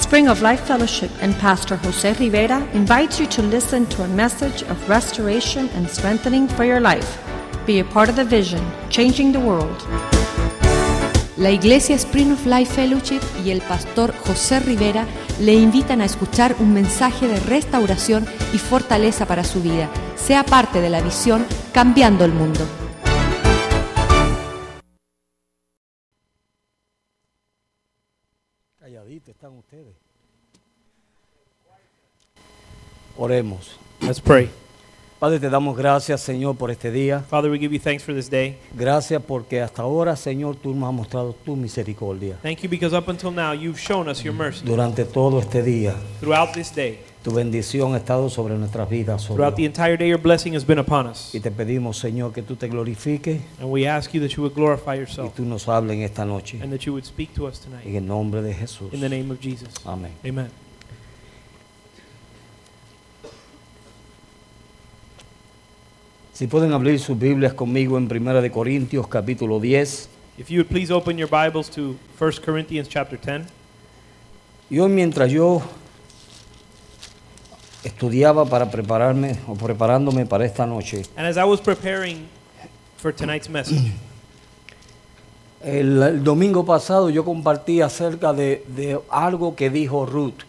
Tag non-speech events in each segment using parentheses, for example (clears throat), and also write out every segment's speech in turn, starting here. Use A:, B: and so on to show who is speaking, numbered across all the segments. A: Spring of Life Fellowship and Pastor Jose Rivera invites you to listen to a message of restoration and strengthening for your life. Be a part of the vision, changing the world.
B: La Iglesia Spring of Life Fellowship y el pastor José Rivera le invitan a escuchar un mensaje de restauración y fortaleza para su vida. Sea parte de la visión Cambiando el Mundo.
C: Calladitos están ustedes. Oremos.
D: Let's pray.
C: Padre, te damos gracias, Señor, por este día.
D: Father, we give you thanks for this day.
C: Gracias porque hasta ahora, Señor, tú nos has mostrado tu misericordia.
D: Thank you because up until now you've shown us your mercy
C: Durante todo este día,
D: throughout this day.
C: tu bendición ha estado sobre nuestras vidas. Señor.
D: Throughout the entire day, your blessing has been upon us.
C: Y te pedimos, Señor, que tú te glorifiques
D: And we ask you that you would glorify
C: y
D: yourself
C: tú nos hables en esta noche.
D: and that you would speak to us
C: En
D: tonight.
C: el nombre de Jesús.
D: In the name of Jesus.
C: Amén.
D: Amen.
C: Si pueden abrir sus Biblias conmigo en 1 de Corintios capítulo 10.
D: If you would please open your Bibles to 1 Corinthians chapter 10.
C: Y hoy mientras yo estudiaba para prepararme o preparándome para esta noche,
D: And as I was preparing for tonight's message, (clears throat)
C: el, el domingo pasado yo compartí acerca de, de algo que dijo Ruth.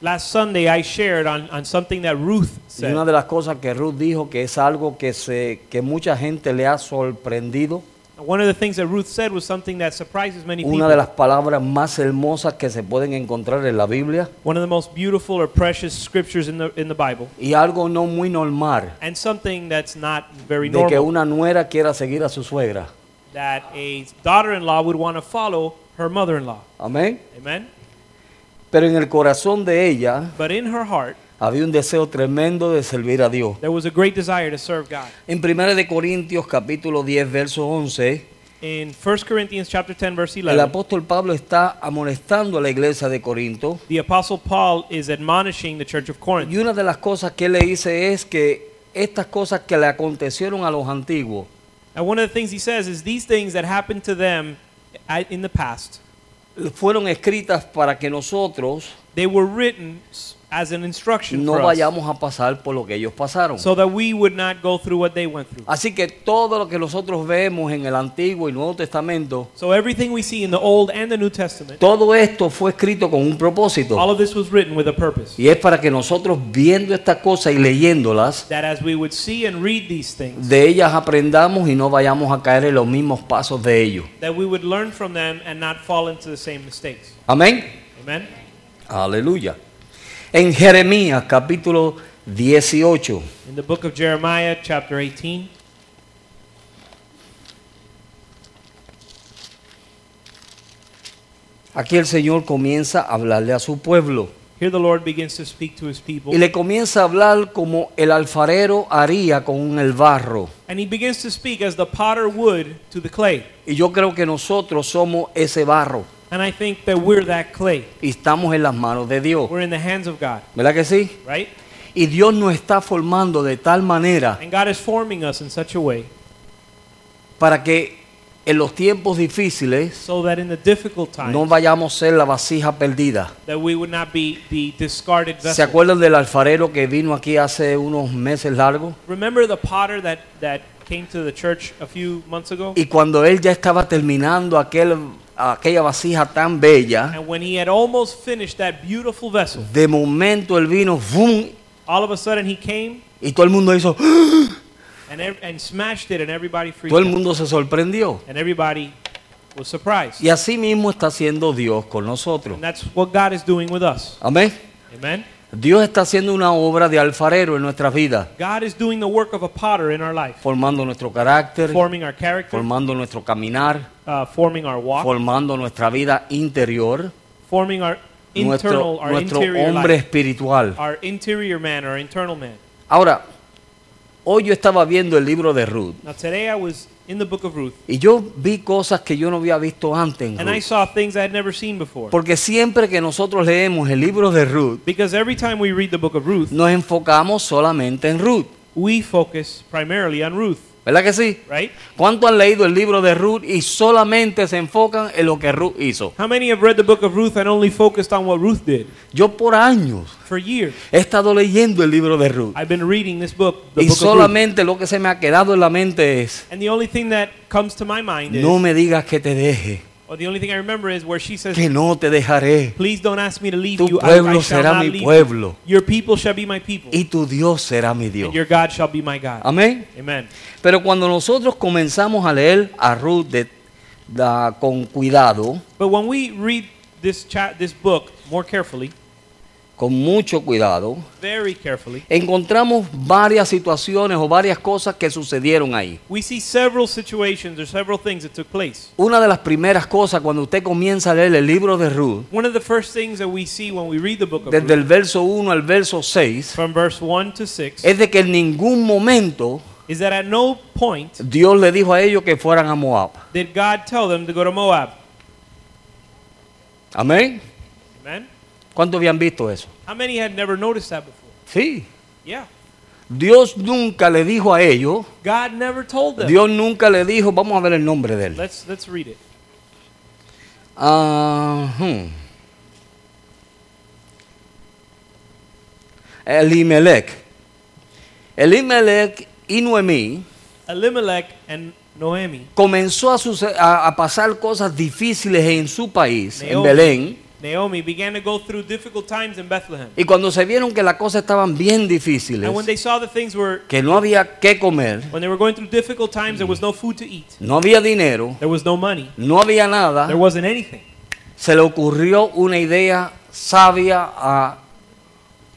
D: last Sunday I shared on, on something that Ruth
C: Y una
D: said.
C: de las cosas que Ruth dijo que es algo que, se, que mucha gente le ha sorprendido,
D: One of the things that Ruth said was something that surprises many
C: una de
D: people.
C: las palabras más hermosas que se pueden encontrar en la Biblia
D: One of the most beautiful or precious scriptures in the, in the Bible.
C: y algo no muy normal,
D: and something that's not very
C: de que
D: normal
C: una nuera quiera seguir a su suegra.
D: that a daughter-in-law would want to follow her mother-in-law.
C: Amén.
D: Amen.
C: Pero en el corazón de ella
D: But in her heart
C: había un deseo tremendo de servir a Dios.
D: there was a great desire to serve God.
C: En 1 de Corintios capítulo 10 verso 11,
D: In 1 Corinthians chapter 10 verse
C: el
D: 11,
C: apóstol Pablo está amonestando a la iglesia de Corinto
D: the apostle Paul is admonishing the church of
C: y
D: Corinth.
C: una de las cosas que él le dice es que estas cosas que le acontecieron a los antiguos
D: And one of the things he says is these things that happened to them at- in the past,
C: fueron escritas para que nosotros
D: they were written s- as an instruction
C: no
D: for us
C: vayamos a pasar por lo que ellos pasaron.
D: so that we would not go through what they went through.
C: Así que todo lo que nosotros vemos en el Antiguo y Nuevo Testamento,
D: So everything we see in the Old and the New Testament,
C: todo esto fue escrito con un propósito.
D: all of this was written with a purpose.
C: Y es para que nosotros viendo estas cosas y leyéndolas,
D: that as we would see and read these things,
C: de ellas aprendamos y no vayamos a caer en los mismos pasos de ellos.
D: that we would learn from them and not fall into the same mistakes.
C: Amén.
D: Amen.
C: Aleluya. En Jeremías capítulo 18,
D: In the book of Jeremiah, chapter 18,
C: aquí el Señor comienza a hablarle a su pueblo.
D: here the Lord begins to speak to his people,
C: Y le comienza a hablar como el alfarero haría con el barro.
D: and he begins to speak as the potter would to the clay.
C: Y yo creo que nosotros somos ese barro
D: And I think that we're that clay.
C: y estamos en las manos de Dios.
D: We're in the hands of God,
C: ¿Verdad que sí?
D: right?
C: Y Dios nos está formando de tal manera
D: And God is forming us in such a way
C: para que en los tiempos difíciles
D: so that in the difficult times
C: no vayamos a ser la vasija perdida.
D: that we would not be the discarded
C: ¿Se
D: vessel.
C: acuerdan del alfarero que vino aquí hace unos meses largos?
D: Remember the potter that, that came to the church a few months ago?
C: Y cuando él ya estaba terminando aquel, aquella vasija tan bella,
D: And when he had almost finished that beautiful vessel,
C: de momento él vino ¡vum!
D: all of a sudden he came
C: y todo el mundo hizo, ¡Ah!
D: and, ev- and smashed it, and everybody freaked
C: todo el
D: out.
C: mundo se sorprendió.
D: And everybody was surprised.
C: Y así mismo está haciendo Dios con nosotros.
D: And that's what God is doing with us.
C: Amén.
D: Amen?
C: Dios está haciendo una obra de alfarero en nuestras vidas,
D: God is doing the work of a potter in our life,
C: formando nuestro carácter,
D: forming our character,
C: formando nuestro caminar,
D: uh, forming our walk,
C: formando nuestra vida interior,
D: forming our internal,
C: nuestro,
D: our
C: nuestro
D: interior
C: hombre
D: life,
C: espiritual.
D: our interior man, our internal man.
C: Ahora, hoy yo estaba viendo el libro de Ruth
D: Now, today I was in the book of Ruth,
C: y yo vi cosas que yo no había visto antes. en
D: and I
C: Ruth.
D: saw things I had never seen before.
C: porque siempre que nosotros leemos el libro de Ruth,
D: Because every time we read the book of Ruth,
C: nos enfocamos solamente en Ruth.
D: we focus primarily on Ruth.
C: ¿Verdad que sí?
D: right?
C: ¿Cuánto han leído el libro de Ruth y solamente se enfocan en lo que Ruth hizo?
D: How many have read the book of Ruth and only focused on what Ruth did?
C: Yo por años
D: For years,
C: he estado leyendo el libro de Ruth
D: I've been reading this book, the
C: y
D: book of Ruth.
C: solamente lo que se me ha quedado en la mente es,
D: And the only thing that comes to my mind is,
C: no me digas que te deje,
D: or the only thing I remember is where she says,
C: que no te dejaré
D: Please don't ask me to leave
C: Tu
D: you. I, I
C: pueblo
D: shall
C: será
D: not
C: mi
D: leave you.
C: pueblo.
D: Your people shall be my people.
C: y tu Dios será mi Dios.
D: And your God shall be my God.
C: Amén.
D: Amen.
C: Pero cuando nosotros comenzamos a leer a Ruth de- da- con cuidado,
D: But when we read this chat, this book more carefully,
C: con mucho cuidado,
D: very carefully,
C: encontramos varias situaciones o varias cosas que sucedieron ahí.
D: we see several situations or several things that took place.
C: Una de las primeras cosas cuando usted comienza a leer el libro de Ruth,
D: One of the first things that we see when we read the book of
C: desde
D: Ruth,
C: el verso 1 al verso 6,
D: from verse 1 to 6,
C: es de que en ningún momento
D: is that at no point
C: Dios le dijo a ellos que fueran a Moab.
D: did God tell them to go to Moab.
C: Amén.
D: Amen.
C: ¿Cuántos habían visto eso?
D: How many had never noticed that before?
C: Sí.
D: Yeah.
C: Dios nunca le dijo a ellos,
D: God never told them.
C: Dios nunca le dijo, vamos a ver el nombre de él.
D: Let's let's read it.
C: Ajá. Elimelech. Elimelech y Noemí
D: Elimelech and Noemi,
C: comenzó a, suce- a- a pasar cosas difíciles en su país, en
D: Naomi.
C: Belén.
D: Naomi began to go through difficult times in Bethlehem.
C: Y cuando se vieron que las cosas estaban bien difíciles,
D: And when they saw the things were
C: que no había qué comer,
D: when they were going through difficult times, there was no food to eat.
C: no había dinero,
D: There was no money.
C: no había nada,
D: There wasn't anything.
C: se le ocurrió una idea sabia a,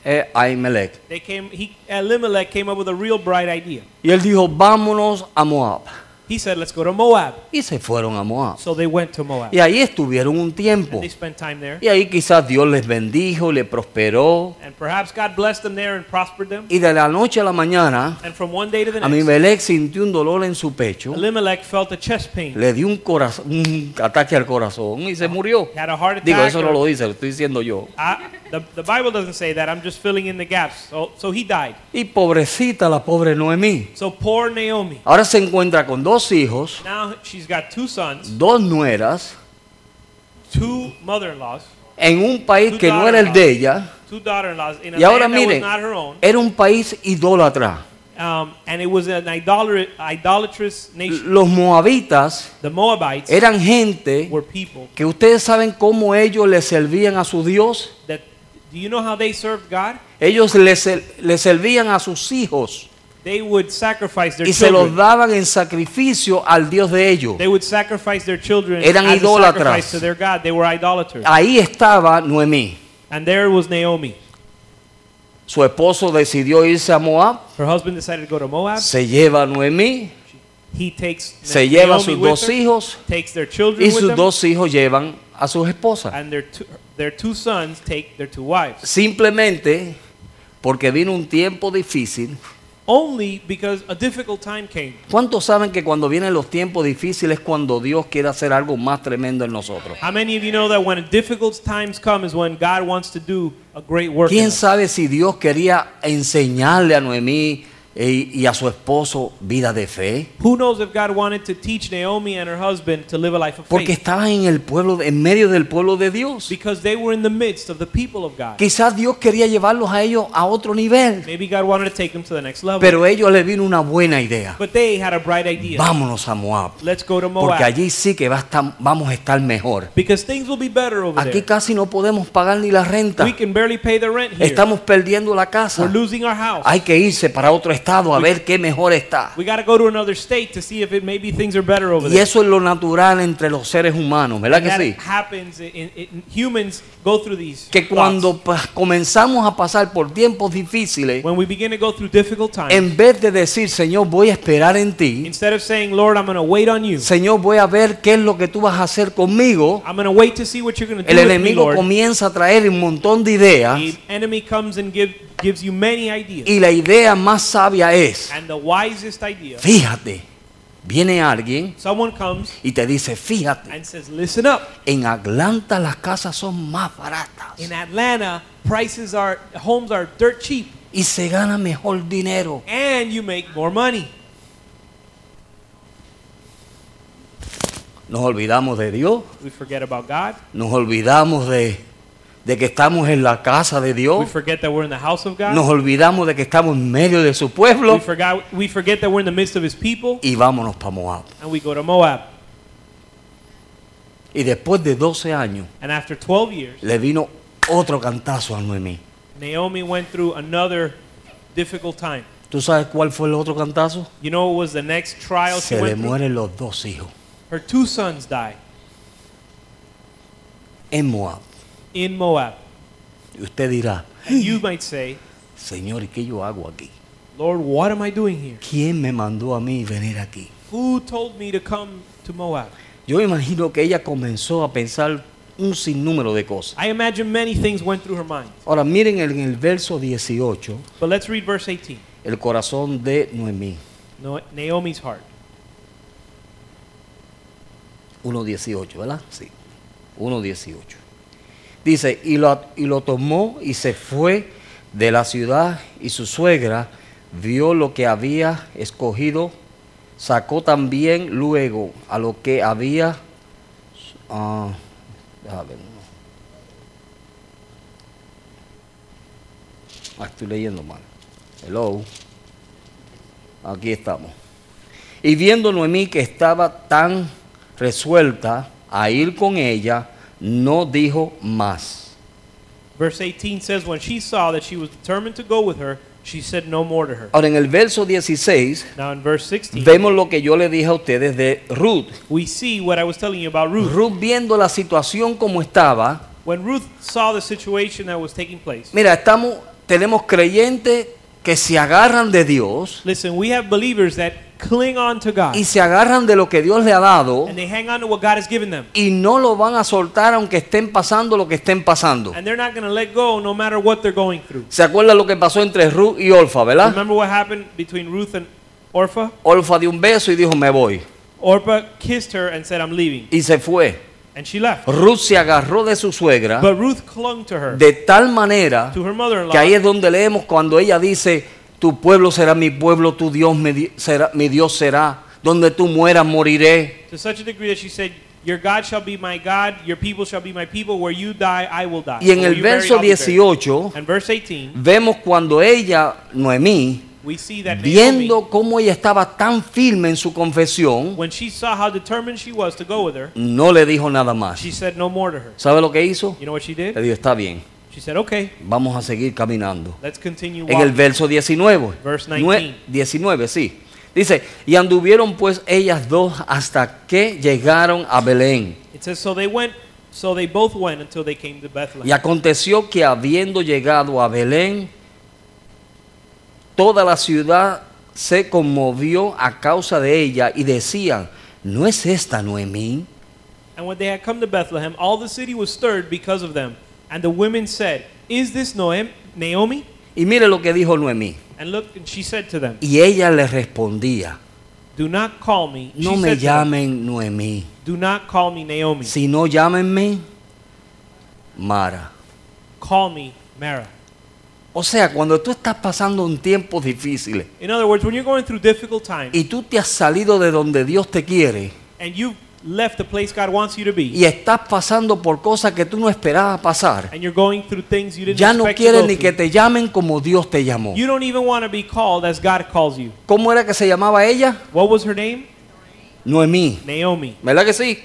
C: eh, a Elimelech.
D: They came he Elimelech came up with a real bright idea.
C: Y él dijo, vámonos a Moab.
D: He said, "Let's go to Moab."
C: Y se fueron a Moab.
D: So they went to Moab.
C: Y ahí estuvieron un tiempo.
D: And they spent time there.
C: Y ahí quizás Dios les bendijo, les prosperó.
D: And perhaps God blessed them there and prospered them.
C: Y de la noche a la mañana,
D: And from one day to the next,
C: Amimelech sintió un dolor en su pecho.
D: Elimelech felt a chest pain.
C: Le dio un, coraz- un ataque al corazón y se murió.
D: Had a heart
C: Digo,
D: attack
C: eso no
D: or-
C: lo dice, lo estoy diciendo yo.
D: I, the, the Bible doesn't say that. I'm just filling in the gaps. So, so he died.
C: Y pobrecita la pobre Noemí.
D: So poor Naomi.
C: Ahora se encuentra con dos hijos,
D: Now she's got two sons,
C: dos nueras,
D: two mother-in-laws,
C: en un país que no era el de ella.
D: two daughter-in-laws in a
C: Y ahora
D: land that was
C: miren,
D: not her own,
C: era un país idólatra.
D: um, and it was an idolatry, idolatrous nation.
C: Los moabitas
D: The Moabites
C: eran gente
D: were people
C: que ustedes saben cómo ellos le servían a su Dios.
D: that. Do you know how they served God?
C: Ellos le, ser- le servían a sus hijos
D: They would sacrifice their
C: y se los
D: children.
C: daban en sacrificio al Dios de ellos.
D: They would sacrifice their children
C: Eran
D: as a
C: idólatras. Ah.
D: sacrifice to their God. They were idolaters.
C: Ahí estaba Noemí.
D: And there was Naomi.
C: Su esposo decidió irse a Moab,
D: Her husband decided to go to Moab.
C: se lleva a Noemí,
D: He takes
C: se
D: Na-
C: lleva a
D: Naomi
C: sus
D: with
C: dos
D: her,
C: hijos
D: takes their children
C: y
D: with
C: sus
D: them,
C: dos hijos llevan a sus esposas.
D: and their two, their two sons take their two wives.
C: Simplemente porque vino un tiempo difícil.
D: Only because a difficult time came.
C: ¿Cuántos saben que cuando vienen los tiempos difíciles es cuando Dios quiere hacer algo más tremendo en nosotros?
D: How many of you know that when difficult times come is when God wants to do a great work? in
C: ¿Quién
D: us?
C: sabe si Dios quería enseñarle a Noemí e- y a su esposo vida de fe?
D: Who knows if God wanted to teach Naomi and her husband to live a life of
C: Porque
D: faith?
C: estaban en el pueblo, en medio del pueblo de Dios.
D: Because they were in the midst of the people of God.
C: Quizás Dios quería llevarlos a ellos a otro nivel,
D: Maybe God wanted to take them to the next level.
C: pero a ellos les vino una buena idea.
D: but they had a bright idea.
C: Vámonos a Moab,
D: Let's go to Moab.
C: porque allí sí que va a estar- vamos a estar mejor.
D: because things will be better over
C: Aquí
D: there.
C: casi no podemos pagar ni la renta.
D: We can barely pay the rent here.
C: Estamos perdiendo la
D: We're
C: casa.
D: losing our house.
C: Hay que irse para otro estado a
D: We-
C: ver qué mejor está.
D: We got to go to another state to see if it maybe things are better over
C: Y
D: there.
C: eso es lo natural entre los seres humanos, ¿verdad que
D: that
C: sí?
D: happens. In, in, humans go through these.
C: que
D: thoughts.
C: cuando pa- comenzamos a pasar por tiempos difíciles,
D: when we begin to go through difficult times,
C: en vez de decir, Señor, voy a esperar en ti,
D: instead of saying, "Lord, I'm going to wait on you.
C: Señor, voy a ver qué es lo que tú vas a hacer conmigo,
D: I'm going to wait to see what you're going to do
C: el
D: with me,
C: enemigo
D: Lord,"
C: comienza a traer un montón de ideas
D: the enemy comes and give, gives you many ideas,
C: y la idea más sabia es,
D: and the wisest idea,
C: fíjate, viene alguien
D: someone comes
C: y te dice, fíjate,
D: and says, "Listen up.
C: en Atlanta las casas son más baratas
D: In Atlanta, prices are homes are dirt cheap,
C: y se gana mejor dinero.
D: and you make more money."
C: Nos olvidamos de Dios,
D: We forget about God.
C: nos olvidamos de, de que estamos en la casa de
D: We
C: Dios,
D: forget that we're in the house of God.
C: nos olvidamos de que estamos en medio de su
D: We,
C: pueblo
D: forgot, we forget that we're in the midst of his people.
C: y vámonos para Moab.
D: And we go to Moab.
C: Y después de 12 años
D: And after 12 years,
C: le vino otro cantazo a Noemí.
D: Naomi went through another difficult time.
C: ¿Tú sabes cuál fue el otro cantazo?
D: You know what was the next trial
C: Se
D: she
C: le
D: went through?
C: mueren los dos hijos
D: Her two sons died
C: en Moab.
D: in Moab.
C: Y usted dirá,
D: And you might say,
C: Señor, ¿y qué yo hago aquí?
D: Lord, what am I doing here?
C: ¿Quién me mandó a mí venir aquí?
D: Who told me to come to Moab?
C: Yo imagino que ella comenzó a pensar un sinnúmero de cosas.
D: I imagine many things went through her mind.
C: Ahora miren en el verso 18
D: But let's read verse 18.
C: el corazón de Noemí,
D: No- Naomi's heart.
C: 1.18, ¿verdad? Sí, 1.18. Dice, y lo, y lo tomó y se fue de la ciudad y su suegra vio lo que había escogido, sacó también luego a lo que había... ah, déjame ver, no. Ah, estoy leyendo mal. Hello. Aquí estamos. Y viendo Noemí que estaba tan resuelta a ir con ella, no dijo más.
D: Verse 18 says, When she saw that she was determined to go with her, she said no more to her.
C: Ahora en el verso 16
D: Now in verse 16,
C: vemos lo que yo le dije a ustedes de Ruth.
D: we see what I was telling you about Ruth.
C: Ruth viendo la situación como estaba,
D: When Ruth saw the situation that was taking place,
C: mira, estamos tenemos creyentes que se agarran de Dios
D: listen, we have believers that cling on to God
C: y se agarran de lo que Dios le ha dado
D: and they hang on to what God has given them.
C: y no lo van a soltar aunque estén pasando lo que estén pasando.
D: And they're not going to let go no matter what they're going through.
C: ¿Se acuerdan lo que pasó entre Ruth y Orfa, verdad?
D: Remember what happened between Ruth and Orpha?
C: Orfa dio un beso y dijo, me voy.
D: Orpha kissed her and said, I'm leaving.
C: Y se fue.
D: And she left.
C: Ruth se agarró de su suegra
D: But Ruth clung to her,
C: de tal manera
D: to her mother in
C: que ahí
D: law.
C: es donde leemos cuando ella dice, tu pueblo será mi pueblo, tu Dios me di- será, mi Dios será, donde tú mueras moriré.
D: to such a degree that she said, Your God shall be my God, your people shall be my people, where you die, I will die.
C: Y en
D: Where
C: el
D: you bury,
C: verso
D: I'll be buried."
C: 18
D: and verse 18,
C: vemos cuando ella, Noemí,
D: we see that Naomi,
C: viendo cómo ella estaba tan firme en su confesión,
D: when she saw how determined she was to go with her,
C: no le dijo nada más.
D: she said no more to her.
C: ¿Sabe lo que hizo?
D: You know what she
C: Le
D: did?
C: dijo, está bien,
D: She said, Okay,
C: vamos a seguir caminando.
D: let's continue
C: en el
D: walking.
C: verso 19.
D: Verse
C: Nue-
D: 19.
C: 19, sí. Dice, y anduvieron pues ellas dos hasta que llegaron a Belén.
D: It says, So they went, so they both went until they came to Bethlehem.
C: Y aconteció que habiendo llegado a Belén, toda la ciudad se conmovió a causa de ella y decían, ¿no es esta Noemí?
D: And when they had come to Bethlehem, all the city was stirred because of them. And the women said, Is this Noem- Naomi?
C: Y mire lo que dijo Noemí.
D: And look, and she said to them,
C: Y ella le respondía,
D: Do not call me. She
C: no me
D: said to them,
C: llamen Noemí,
D: Do not call me Naomi.
C: sino llámenme Mara.
D: Call me Mara.
C: O sea, cuando tú estás pasando un tiempo difícil
D: In other words, when you're going through difficult times
C: y tú te has salido de donde Dios te quiere
D: and you've left the place God wants you to be,
C: y estás pasando por cosas que tú no esperabas pasar,
D: and you're going through things you didn't
C: ya no
D: expect
C: quieres
D: to
C: ni
D: go
C: que
D: through,
C: te llamen como Dios te llamó.
D: you don't even want to be called as God calls you.
C: ¿Cómo era que se llamaba ella?
D: What was her name?
C: Noemí.
D: Naomi.
C: ¿Verdad que sí?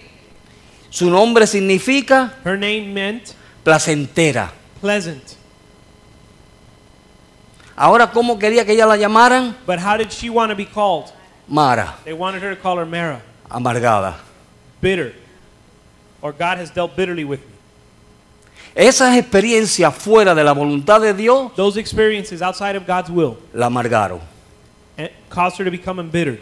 C: Su nombre significa
D: Her name meant
C: placentera.
D: pleasant.
C: Ahora, ¿cómo quería que ella la llamaran?
D: But how did she want to be called?
C: Mara,
D: They wanted her to call her Mara,
C: amargada.
D: bitter. Or God has dealt bitterly with me.
C: Esas experiencias fuera de la voluntad de Dios
D: Those experiences outside of God's will
C: la amargaron.
D: eh, caused her to become embittered.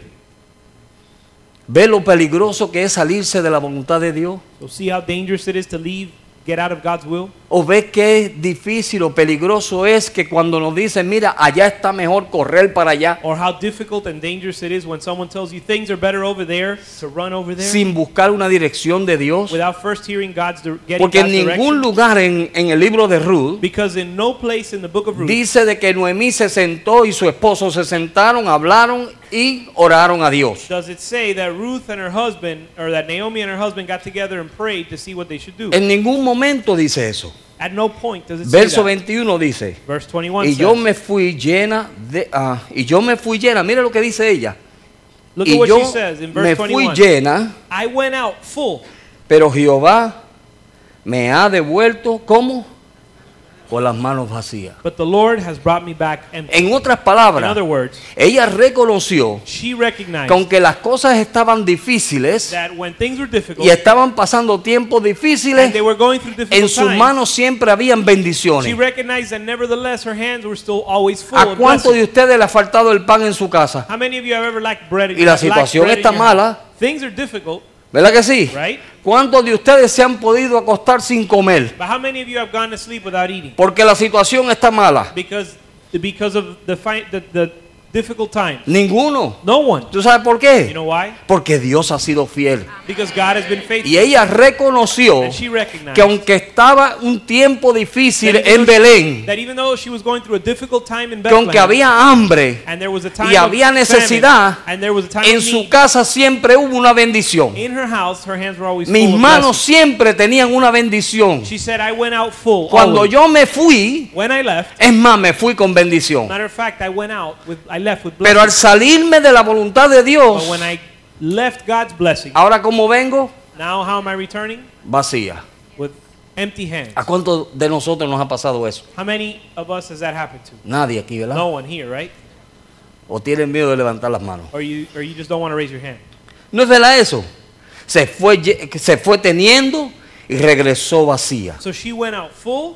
C: ¿Ve lo peligroso que es salirse de la voluntad de Dios?
D: So see how dangerous it is to leave, get out of God's will?
C: ¿O ves qué difícil o peligroso es que cuando nos dicen, mira, allá está mejor correr para allá,
D: Or how difficult and dangerous it is when someone tells you things are better over there to run over there
C: sin buscar una dirección de Dios?
D: without first hearing God's dir- getting
C: Porque en
D: God's
C: ningún
D: direction?
C: lugar en, en el libro de Ruth
D: Because in no place in the book of Ruth
C: dice de que Noemí se sentó y su esposo se sentaron, hablaron y oraron a Dios.
D: Does it say that Ruth and her husband, or that Naomi and her husband got together and prayed to see what they should do?
C: En ningún momento dice eso.
D: At no point does it
C: Verso
D: say that.
C: 21 dice,
D: Verse 21
C: y
D: says,
C: yo me fui llena de, ah, y yo me fui llena, mire lo que dice ella,
D: look at
C: y
D: what
C: yo
D: she says in
C: me
D: verse
C: fui
D: 21.
C: llena,
D: I went out full,
C: pero Jehová me ha devuelto como con las manos vacías.
D: but the Lord has brought me back empty.
C: En otras
D: In
C: palabras,
D: other words,
C: ella reconoció
D: she recognized
C: que aunque las cosas estaban difíciles
D: that when things were
C: y
D: difficult
C: estaban pasando tiempos
D: and they
C: difíciles,
D: were going through difficult
C: en sus
D: times,
C: manos siempre habían
D: she
C: bendiciones.
D: recognized that nevertheless her hands were still always full
C: ¿A
D: of
C: cuánto de
D: blessings.
C: ustedes le ha faltado el pan en su casa?
D: How many of you have ever lacked bread? in
C: Y
D: your-
C: la
D: lacked
C: situación
D: bread in
C: está
D: your house?
C: mala.
D: Things are difficult,
C: ¿Verdad que sí?
D: right?
C: ¿Cuántos de ustedes se han podido acostar sin comer?
D: But how many of you have gone to sleep without eating
C: Porque la situación está mala.
D: because because of the fi- the, the difficult times?
C: Ninguno.
D: No one.
C: ¿Tú sabes por
D: You
C: qué?
D: know why?
C: Porque Dios ha sido fiel.
D: Because God has been faithful.
C: Y ella reconoció
D: And she recognized
C: que aunque estaba un tiempo difícil
D: that even
C: en
D: though she-
C: Belén,
D: that even though she was going through a difficult time in
C: que aunque
D: Bethlehem,
C: había hambre,
D: and there was a time
C: y
D: of
C: había
D: famine,
C: necesidad,
D: and there was a time
C: en
D: of
C: su
D: need,
C: casa siempre hubo una bendición.
D: in her house, her hands were always
C: Mis
D: full of
C: manos
D: blessings.
C: siempre tenían una bendición.
D: She said, "I went out full."
C: Cuando
D: always.
C: yo me fui,
D: when I left,
C: es más, me fui con bendición.
D: matter of fact, I went out with I left with
C: Pero al
D: blessings.
C: salirme de la voluntad de Dios,
D: but when I left God's blessing,
C: ahora como vengo,
D: now how am I returning?
C: vacía.
D: With empty hands.
C: ¿A cuántos de nosotros nos ha pasado eso?
D: How many of us has that happened to?
C: Nadie aquí, ¿verdad?
D: No one here, right?
C: O tienen miedo de levantar las manos.
D: Or you or you just don't want to raise your hand.
C: ¿No es verdad eso? Se fue, lle- se fue teniendo y regresó vacía.
D: So she went out full,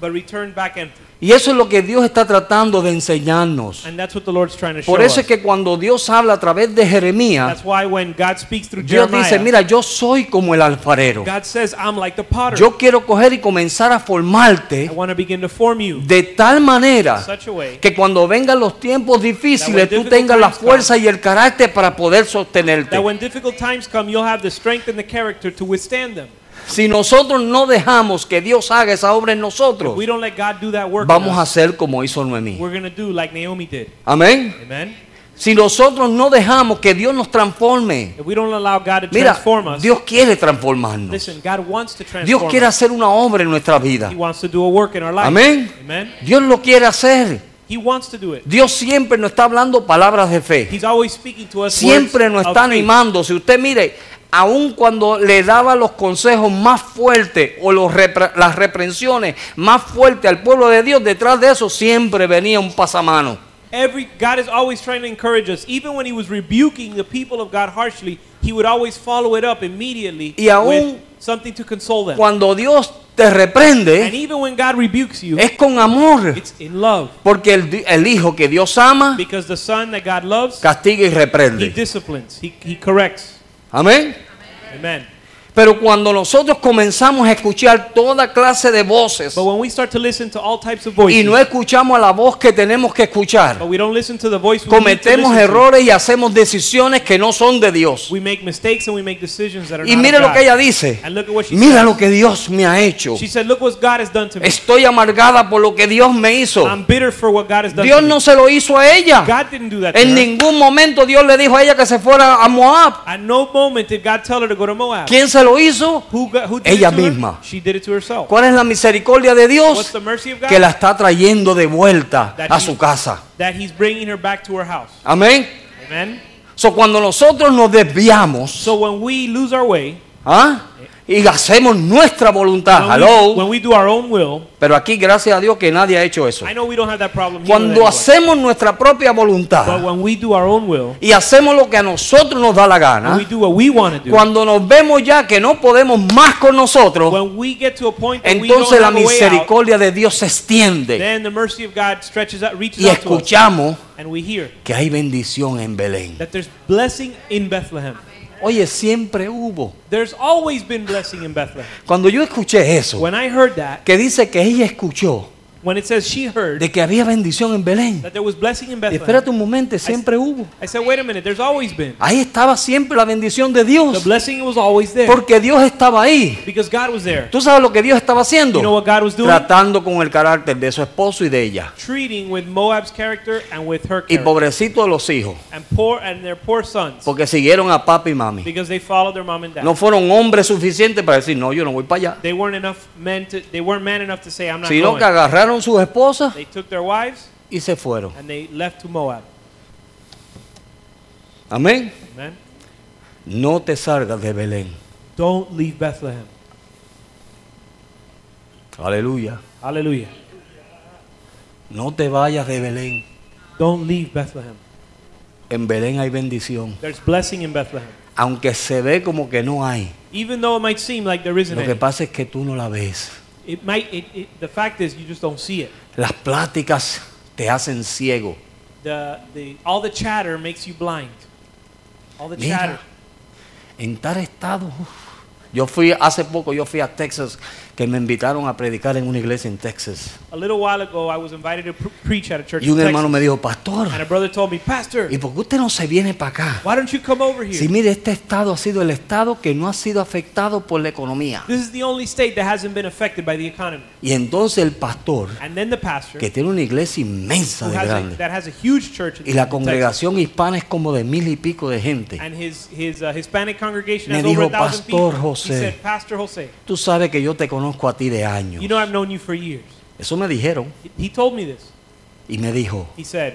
D: but returned back empty.
C: Y eso es lo que Dios está tratando de enseñarnos.
D: And that's what the Lord's trying to show
C: Por eso
D: us.
C: es que cuando Dios habla a través de Jeremías,
D: That's why when God speaks through
C: Dios
D: Jeremiah,
C: dice, mira, yo soy como el alfarero.
D: God says, "I'm like the potter.
C: Yo quiero coger y comenzar a
D: I
C: formarte
D: want to begin to form you
C: de tal manera
D: in such a way
C: que cuando vengan los tiempos difíciles
D: That when
C: tú tengas la
D: difficult times
C: fuerza y el carácter para poder sostenerte.
D: that when difficult times come, you'll have the strength and the character to withstand them."
C: Si nosotros no dejamos que Dios haga esa obra en nosotros,
D: We don't let God do that work. in
C: vamos a
D: us.
C: hacer como hizo Noemí.
D: We're gonna do like Naomi did.
C: Amén.
D: Amen.
C: Si nosotros no dejamos que Dios nos transforme,
D: If we don't allow God to
C: mira,
D: transform us,
C: Dios quiere transformarnos.
D: listen, God wants to transform
C: Dios quiere
D: us.
C: hacer una obra en nuestra vida.
D: He wants to do a work in our life.
C: Amén.
D: Amen.
C: Dios lo quiere hacer.
D: He wants to do it.
C: Dios siempre nos está hablando palabras de fe.
D: He's always speaking to us.
C: siempre
D: words
C: nos
D: of
C: está
D: faith.
C: animando. Si usted mire, aun cuando le daba los consejos más fuertes o los repre- las reprensiones más fuertes al pueblo de Dios, detrás de eso siempre venía un pasamano.
D: Every God is always trying to encourage us. Even when He was rebuking the people of God harshly, He would always follow it up immediately
C: Y aún
D: with something to console them.
C: Cuando Dios te
D: And
C: reprende,
D: even when God rebukes you,
C: es con amor,
D: it's in love
C: porque el, di- el hijo que Dios ama,
D: because the Son that God loves,
C: castiga y
D: He
C: reprende.
D: disciplines, He, he corrects.
C: Amén.
D: Amen.
C: Pero cuando nosotros comenzamos a escuchar toda clase de voces
D: But when we start to listen to all types of
C: y
D: voices,
C: no escuchamos a la voz que tenemos que escuchar,
D: but we don't listen to the voice we need to
C: cometemos
D: listen to,
C: errores y hacemos decisiones que no son de Dios.
D: we make mistakes and we make decisions that are
C: Y
D: not
C: mire
D: of
C: lo
D: God.
C: que ella dice.
D: And look at what she
C: Mira
D: says.
C: lo que Dios me ha hecho.
D: She said, "Look what God has done to me.
C: Estoy amargada por lo que Dios me hizo.
D: I'm bitter for what God has done
C: Dios
D: to me.
C: no se lo hizo a ella.
D: God didn't do that to
C: En
D: her.
C: ningún momento Dios le dijo a ella que se fuera a Moab.
D: At no moment did God tell her to go to Moab.
C: ¿Quién se lo hizo?
D: Who, got, who did
C: Ella
D: it to her?
C: misma.
D: She did it to herself.
C: ¿Cuál es la misericordia de
D: What's
C: Dios?
D: the mercy of God?
C: Que la está trayendo de vuelta a su casa.
D: That he's bringing her back to her house.
C: Amén.
D: Amen.
C: So, cuando nosotros nos desviamos
D: So when we lose our way,
C: ¿ah? y hacemos nuestra voluntad,
D: when, we, when
C: hello.
D: we do our own will,
C: Pero aquí, gracias a Dios que nadie ha hecho eso.
D: I know we don't have that problem here. with
C: Cuando
D: anyone,
C: hacemos nuestra propia
D: but
C: voluntad
D: when we do our own will,
C: y hacemos lo que a nosotros nos da la
D: when we
C: gana,
D: do what we want to do,
C: Ah. cuando nos vemos ya que no podemos más con nosotros,
D: when we get to a point that we
C: entonces
D: don't
C: la
D: have a way out,
C: misericordia de Dios se extiende
D: then the mercy of God stretches out, reaches
C: y
D: out to us,
C: escuchamos
D: and we hear
C: que hay bendición en Belén.
D: that there's blessing in Bethlehem.
C: Oye, siempre hubo.
D: There's always been blessing in Bethlehem.
C: Cuando yo escuché eso,
D: When I heard that,
C: que dice que ella escuchó
D: When it says she heard
C: de que había bendición en Belén.
D: that there was blessing in Bethlehem,
C: Espérate un momento, siempre hubo.
D: I said, wait a minute, there's always been.
C: Ahí estaba siempre la bendición de
D: The
C: Dios,
D: blessing was always there
C: porque Dios estaba ahí.
D: because God was there,
C: ¿Tú sabes lo que Dios estaba haciendo?
D: You know what God was doing?
C: Tratando con el carácter de su esposo y de ella.
D: treating with Moab's character and with her
C: Y
D: character
C: pobrecito de los hijos,
D: and poor and their poor sons
C: porque siguieron a papá y mami.
D: because they followed their mom and dad.
C: No fueron hombres suficientes para decir, no, yo no voy para allá.
D: They weren't enough men to they weren't man enough to say I'm not
C: Sino que
D: going.
C: agarraron sus esposas
D: They took their wives
C: y se fueron.
D: and they left to Moab.
C: Amén.
D: Amen.
C: No te salgas de Belén.
D: Don't leave Bethlehem.
C: Aleluya.
D: Hallelujah.
C: No te vayas de Belén.
D: Don't leave Bethlehem.
C: En Belén hay bendición.
D: There's blessing in Bethlehem.
C: Aunque se ve como que no hay.
D: Even though it might seem like there isn't
C: Lo que
D: any,
C: pasa es que tú no la ves.
D: it might it, it, the fact is you just don't see it.
C: Las pláticas te hacen ciego.
D: The the all the chatter makes you blind. All the chatter.
C: Mira, en tal estado. uf. Yo fui, hace poco yo fui a Texas, que me invitaron a predicar en una iglesia en Texas.
D: A little while ago I was invited to pre- preach at a church
C: Y un
D: in
C: hermano
D: Texas,
C: me dijo, pastor,
D: and a brother told me, "Pastor,
C: ¿y por qué usted no se viene para acá?
D: why don't you come over here?"
C: Si mire, este estado ha sido el estado que no ha sido afectado por la economía.
D: This is the only state that hasn't been affected by the economy.
C: Y entonces el pastor,
D: And then the pastor,
C: que tiene una iglesia
D: who
C: inmensa de
D: has a,
C: grande,
D: that has a huge church in
C: y la
D: Texas,
C: congregación hispana es como de mil y pico de gente.
D: and his, his uh, Hispanic congregation
C: Me
D: has over a
C: dijo,
D: thousand people.
C: "Pastor
D: He
C: José."
D: said, Pastor Jose,
C: Tú sabes que yo te conozco a ti de años.
D: you know I've known you for years.
C: Eso me dijeron.
D: He- He told me this.
C: Y me dijo,
D: He said,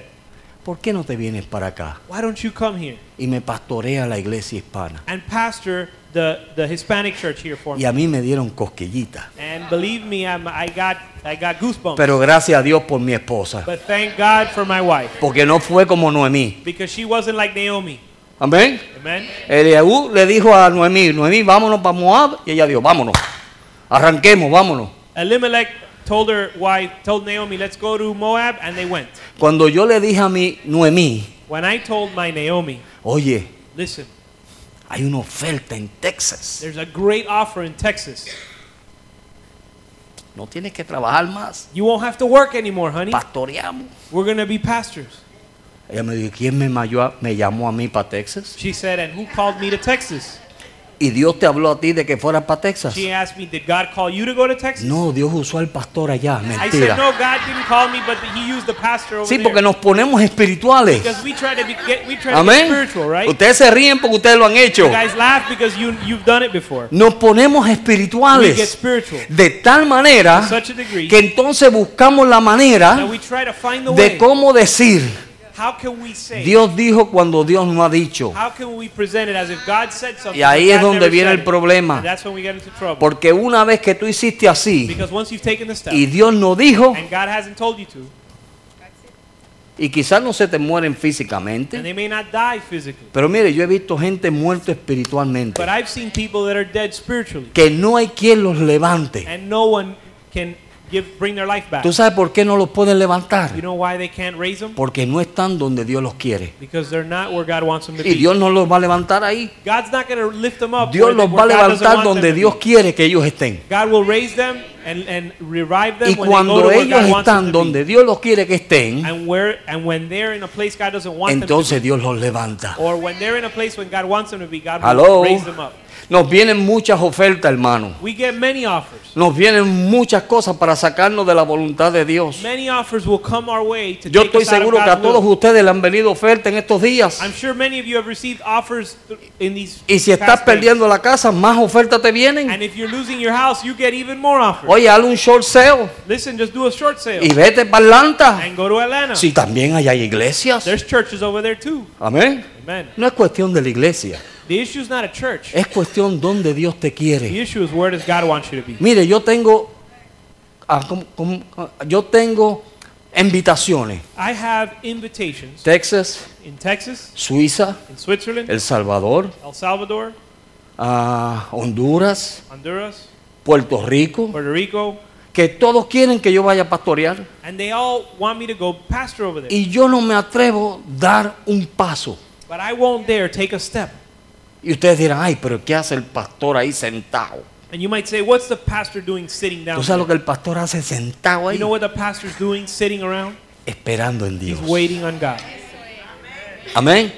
C: ¿por qué no te vienes para acá?
D: why don't you come here
C: Y me pastorea la iglesia hispana.
D: and pastor the, the Hispanic church here for
C: Y
D: me?
C: a mí me dieron cosquillitas.
D: And believe me, I'm, I, got, I got goosebumps.
C: Pero gracias a Dios por mi esposa.
D: but thank God for my wife
C: Porque no fue como Noemí.
D: because she wasn't like Naomi.
C: Amén.
D: Amen?
C: Eliaú le dijo a Noemí, Noemí, vámonos para Moab. Y ella dijo, vámonos. Arranquemos, vámonos.
D: Elimelech told her wife, told Naomi, let's go to Moab, and they went.
C: Cuando yo le dije a mi Noemí,
D: When I told my Naomi,
C: oye,
D: listen,
C: hay una oferta en Texas.
D: there's a great offer in Texas.
C: No tienes que trabajar más.
D: You won't have to work anymore, honey.
C: Pastoreamos.
D: We're going to be pastors.
C: Ella me dijo, ¿quién me, mayó- me llamó a mí para Texas?
D: She said, and who called me to Texas?
C: ¿Y Dios te habló a ti de que fueras para Texas?
D: She asked me, did God call you to go to Texas?
C: No, Dios usó al pastor allá,
D: I said,
C: mentira.
D: no, God didn't call me, but he used the pastor over
C: Sí,
D: there.
C: porque nos ponemos espirituales.
D: Because we try to be, get, we try to get
C: Amén.
D: spiritual, right?
C: Ustedes se ríen porque ustedes lo han hecho.
D: You guys laugh because you, you've done it before.
C: Nos ponemos
D: We get
C: espirituales
D: spiritual.
C: de tal manera
D: To such a degree.
C: que entonces buscamos la manera
D: And we try to find the
C: de
D: way.
C: cómo decir.
D: How can we say?
C: Dios dijo cuando Dios no ha dicho.
D: How can we present it as if God said something?
C: Y ahí
D: but
C: es
D: God
C: donde
D: never
C: viene
D: said
C: el
D: it?
C: problema.
D: And that's when we get into trouble.
C: Porque una vez que tú hiciste así
D: because once you've taken the step
C: y Dios no dijo,
D: and God hasn't told you to,
C: y quizás no se te mueren
D: and
C: físicamente,
D: they may not die physically.
C: pero mire, yo he visto gente muerta espiritualmente,
D: But I've seen people that are dead spiritually,
C: que no hay quien los levante.
D: and no one can give bring their life back.
C: ¿Tú sabes por qué no los pueden
D: You
C: levantar?
D: know why they can't raise them?
C: Porque no están donde Dios los quiere.
D: Because they're not where God wants them to
C: Y
D: be.
C: Dios no los va a levantar ahí.
D: God's not going to lift them up.
C: Dios
D: where they-
C: los va a
D: where God doesn't
C: levantar
D: want
C: donde
D: them to
C: Dios
D: be.
C: quiere que ellos estén.
D: God will raise them and, and revive them
C: Y
D: when they go to
C: cuando
D: where
C: ellos
D: God wants
C: están
D: them to be.
C: donde Dios los quiere que estén,
D: And where and when they're in a place God doesn't want them to be.
C: entonces Dios los levanta.
D: Or when they're in a place when God wants them to be, God will
C: Aló.
D: raise them up.
C: Nos vienen muchas ofertas, hermano.
D: We get many offers.
C: Nos vienen muchas cosas para sacarnos de la voluntad de Dios.
D: Many offers will come our way to
C: Yo
D: take
C: estoy
D: us out of
C: seguro que a
D: God's
C: todos
D: will.
C: ustedes le han venido ofertas en estos días.
D: I'm sure many of you have received offers th- in these
C: Y si estás
D: past days.
C: perdiendo la casa, más ofertas te vienen.
D: And if you're losing your house, you get even more offers.
C: Oye, haz un short sale
D: Listen, just do a short sale
C: y vete para Atlanta.
D: and go to Atlanta.
C: Si también allá hay iglesias.
D: There's churches over there too.
C: Amén.
D: Amen.
C: No es cuestión de la iglesia.
D: The issue is not a church.
C: Es cuestión donde Dios te
D: The
C: quiere.
D: issue is where does God want you to be?
C: Mire, yo tengo, ah, ¿cómo- cómo- cómo? yo tengo invitaciones.
D: I have invitations
C: Texas,
D: in Texas,
C: Suiza,
D: in Switzerland,
C: El Salvador,
D: El Salvador,
C: ah, Honduras,
D: Honduras,
C: Puerto Rico,
D: Puerto Rico,
C: que todos quieren que yo vaya a pastorear.
D: and they all want me to go pastor over there.
C: Y yo no me atrevo a dar un paso.
D: But I won't dare take a step.
C: Y ustedes dirán, ay, pero ¿qué hace el pastor ahí sentado?
D: And you might say, what's the pastor doing sitting down?
C: ¿Tú sabes lo que
D: there?
C: el pastor hace sentado
D: You
C: ahí?
D: know what the pastor's doing sitting around?
C: Esperando en
D: He's
C: Dios.
D: waiting on God.
C: Amén.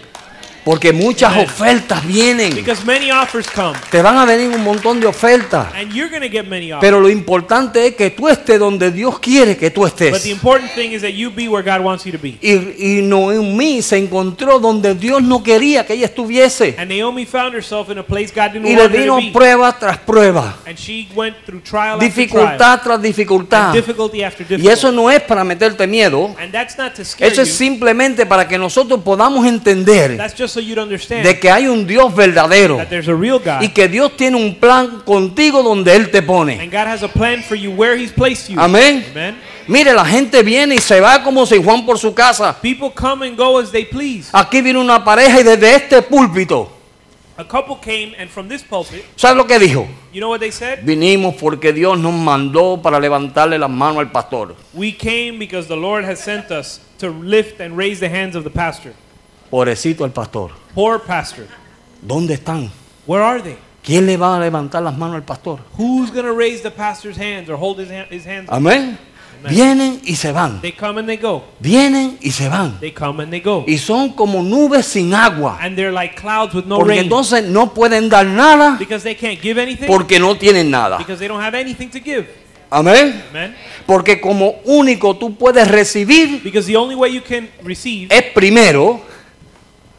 C: Porque muchas
D: Amen.
C: ofertas vienen.
D: Because many offers come,
C: Te van a venir un montón de ofertas.
D: and you're going to get many offers.
C: Pero lo importante es que tú estés donde Dios quiere que tú
D: But the
C: estés.
D: important thing is that you be where God wants you to be.
C: Y, y Noemí se encontró donde Dios no quería que ella estuviese.
D: And Naomi found herself in a place God didn't
C: Y le
D: want her to
C: vino
D: be.
C: prueba tras prueba.
D: and she went through trial after trial,
C: Dificultad tras
D: and
C: dificultad.
D: difficulty after
C: Y eso
D: difficulty.
C: no es para meterte miedo.
D: And that's not to scare
C: Eso es
D: you.
C: simplemente para que nosotros podamos entender
D: That's just so you'd understand
C: de que hay un Dios verdadero.
D: that there's a real God.
C: Y que Dios tiene un plan contigo donde Él te pone.
D: And God has a plan for you where He's placed you.
C: Amén.
D: Amen.
C: Mire, la gente viene y se va como si Juan por su casa.
D: People come and go as they please.
C: Aquí viene una pareja y desde este púlpito,
D: A couple came, and from this pulpit,
C: ¿sabes lo que dijo?
D: you know what they said?
C: Vinimos porque Dios nos mandó para levantarle las manos al pastor.
D: We came because the Lord has sent us to lift and raise the hands of the pastor.
C: Pobrecito al pastor.
D: Poor pastor.
C: ¿Dónde están?
D: Where are they?
C: ¿Quién le va a levantar las manos al pastor?
D: Who's going to raise the pastor's hands or hold his, hand, his hands? up?
C: Amén. Vienen y se van.
D: They come and they go.
C: Vienen y se van.
D: They come and they go.
C: Y son como nubes sin agua.
D: And they're like clouds with no
C: Porque
D: rain.
C: entonces no pueden dar nada
D: Because they can't give anything.
C: porque no tienen nada.
D: Because they don't have anything to give.
C: Amén.
D: Amen.
C: Porque como único tú puedes recibir
D: Because the only way you can receive
C: es primero,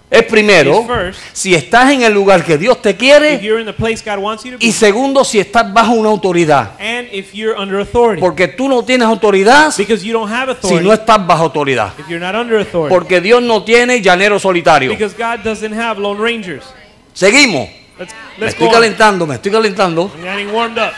C: es primero,
D: Is first.
C: si estás en el lugar que Dios te
D: if
C: quiere,
D: you're in the place God wants you to
C: y
D: be
C: segundo, si estás bajo una autoridad.
D: and if you're under authority.
C: Porque tú no tienes autoridad si
D: Because you don't have
C: no
D: authority
C: estás bajo autoridad.
D: if you're not under authority.
C: Porque Dios no tiene llanero solitario.
D: Because God doesn't have lone rangers.
C: Seguimos.
D: Let's,
C: Me
D: let's
C: estoy
D: go on.
C: calentando, me estoy calentando.
D: I'm getting warmed up.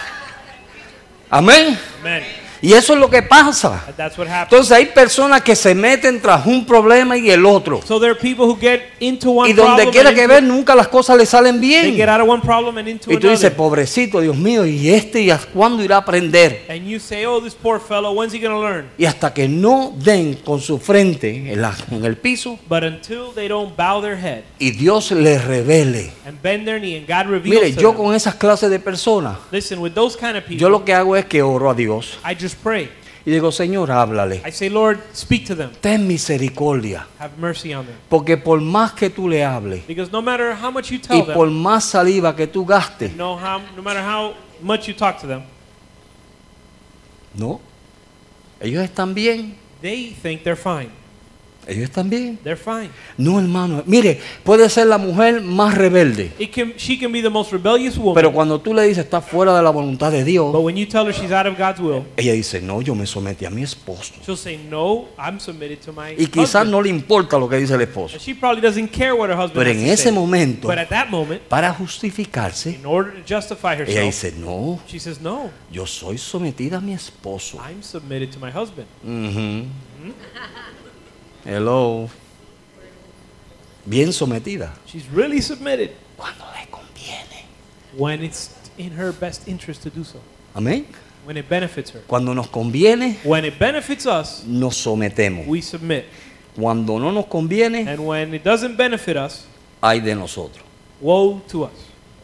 C: Amén.
D: Amen.
C: Y eso es lo que pasa.
D: But That's what happens.
C: Entonces hay personas que se meten tras un problema y el otro.
D: So there are people who get into one
C: Y donde
D: problem
C: quiera
D: and
C: que
D: into-
C: ven, nunca las cosas le salen
D: they
C: bien.
D: get out of one problem and into
C: Y tú dices,
D: another.
C: pobrecito, Dios mío, ¿y este y hasta cuándo irá a aprender?
D: And you say, oh, this poor fellow, when's he going to learn?
C: Y hasta que no den con su frente en, la- en el piso
D: But until they don't bow their head
C: y Dios les revele.
D: and bend their knee and God reveals
C: Mire,
D: to
C: yo
D: them.
C: con esas clases de personas,
D: Listen, with those kind of people,
C: yo lo que hago es que oro a Dios
D: I just pray.
C: y digo, Señor, háblale.
D: I say, Lord, speak to them.
C: Ten misericordia.
D: Have mercy on them.
C: Porque por más que tú le hables
D: Because no matter how much you
C: y
D: tell
C: por
D: them,
C: más saliva que tú gastes,
D: no, how, no matter how much you talk to them,
C: no. Ellos están bien.
D: they think they're fine.
C: Ellos están bien.
D: They're fine.
C: No, hermano. Mire, puede ser la mujer más rebelde.
D: It can, she can be the most rebellious woman,
C: Pero cuando tú le dices, está fuera de la voluntad de Dios,
D: but when you tell her she's out of God's will,
C: Ella dice, no, yo me sometí a mi esposo.
D: she'll say, no, I'm submitted to my
C: Y quizás
D: husband.
C: no le importa lo que dice el esposo.
D: And She probably doesn't care what her husband
C: Pero
D: has
C: en
D: to
C: ese
D: say.
C: momento-
D: But at that moment,
C: Para justificarse,
D: in order to justify
C: ella
D: herself,
C: dice, no,
D: she says, no,
C: yo soy sometida a mi esposo.
D: I'm submitted to my husband.
C: Ujú. Hello. Bien sometida.
D: She's really submitted
C: Cuando le conviene.
D: when it's in her best interest to do so,
C: Amén.
D: when it benefits her.
C: Cuando nos conviene,
D: When it benefits us,
C: nos sometemos.
D: we submit.
C: Cuando no nos conviene,
D: And when it doesn't benefit us,
C: hay de nosotros.
D: woe to us.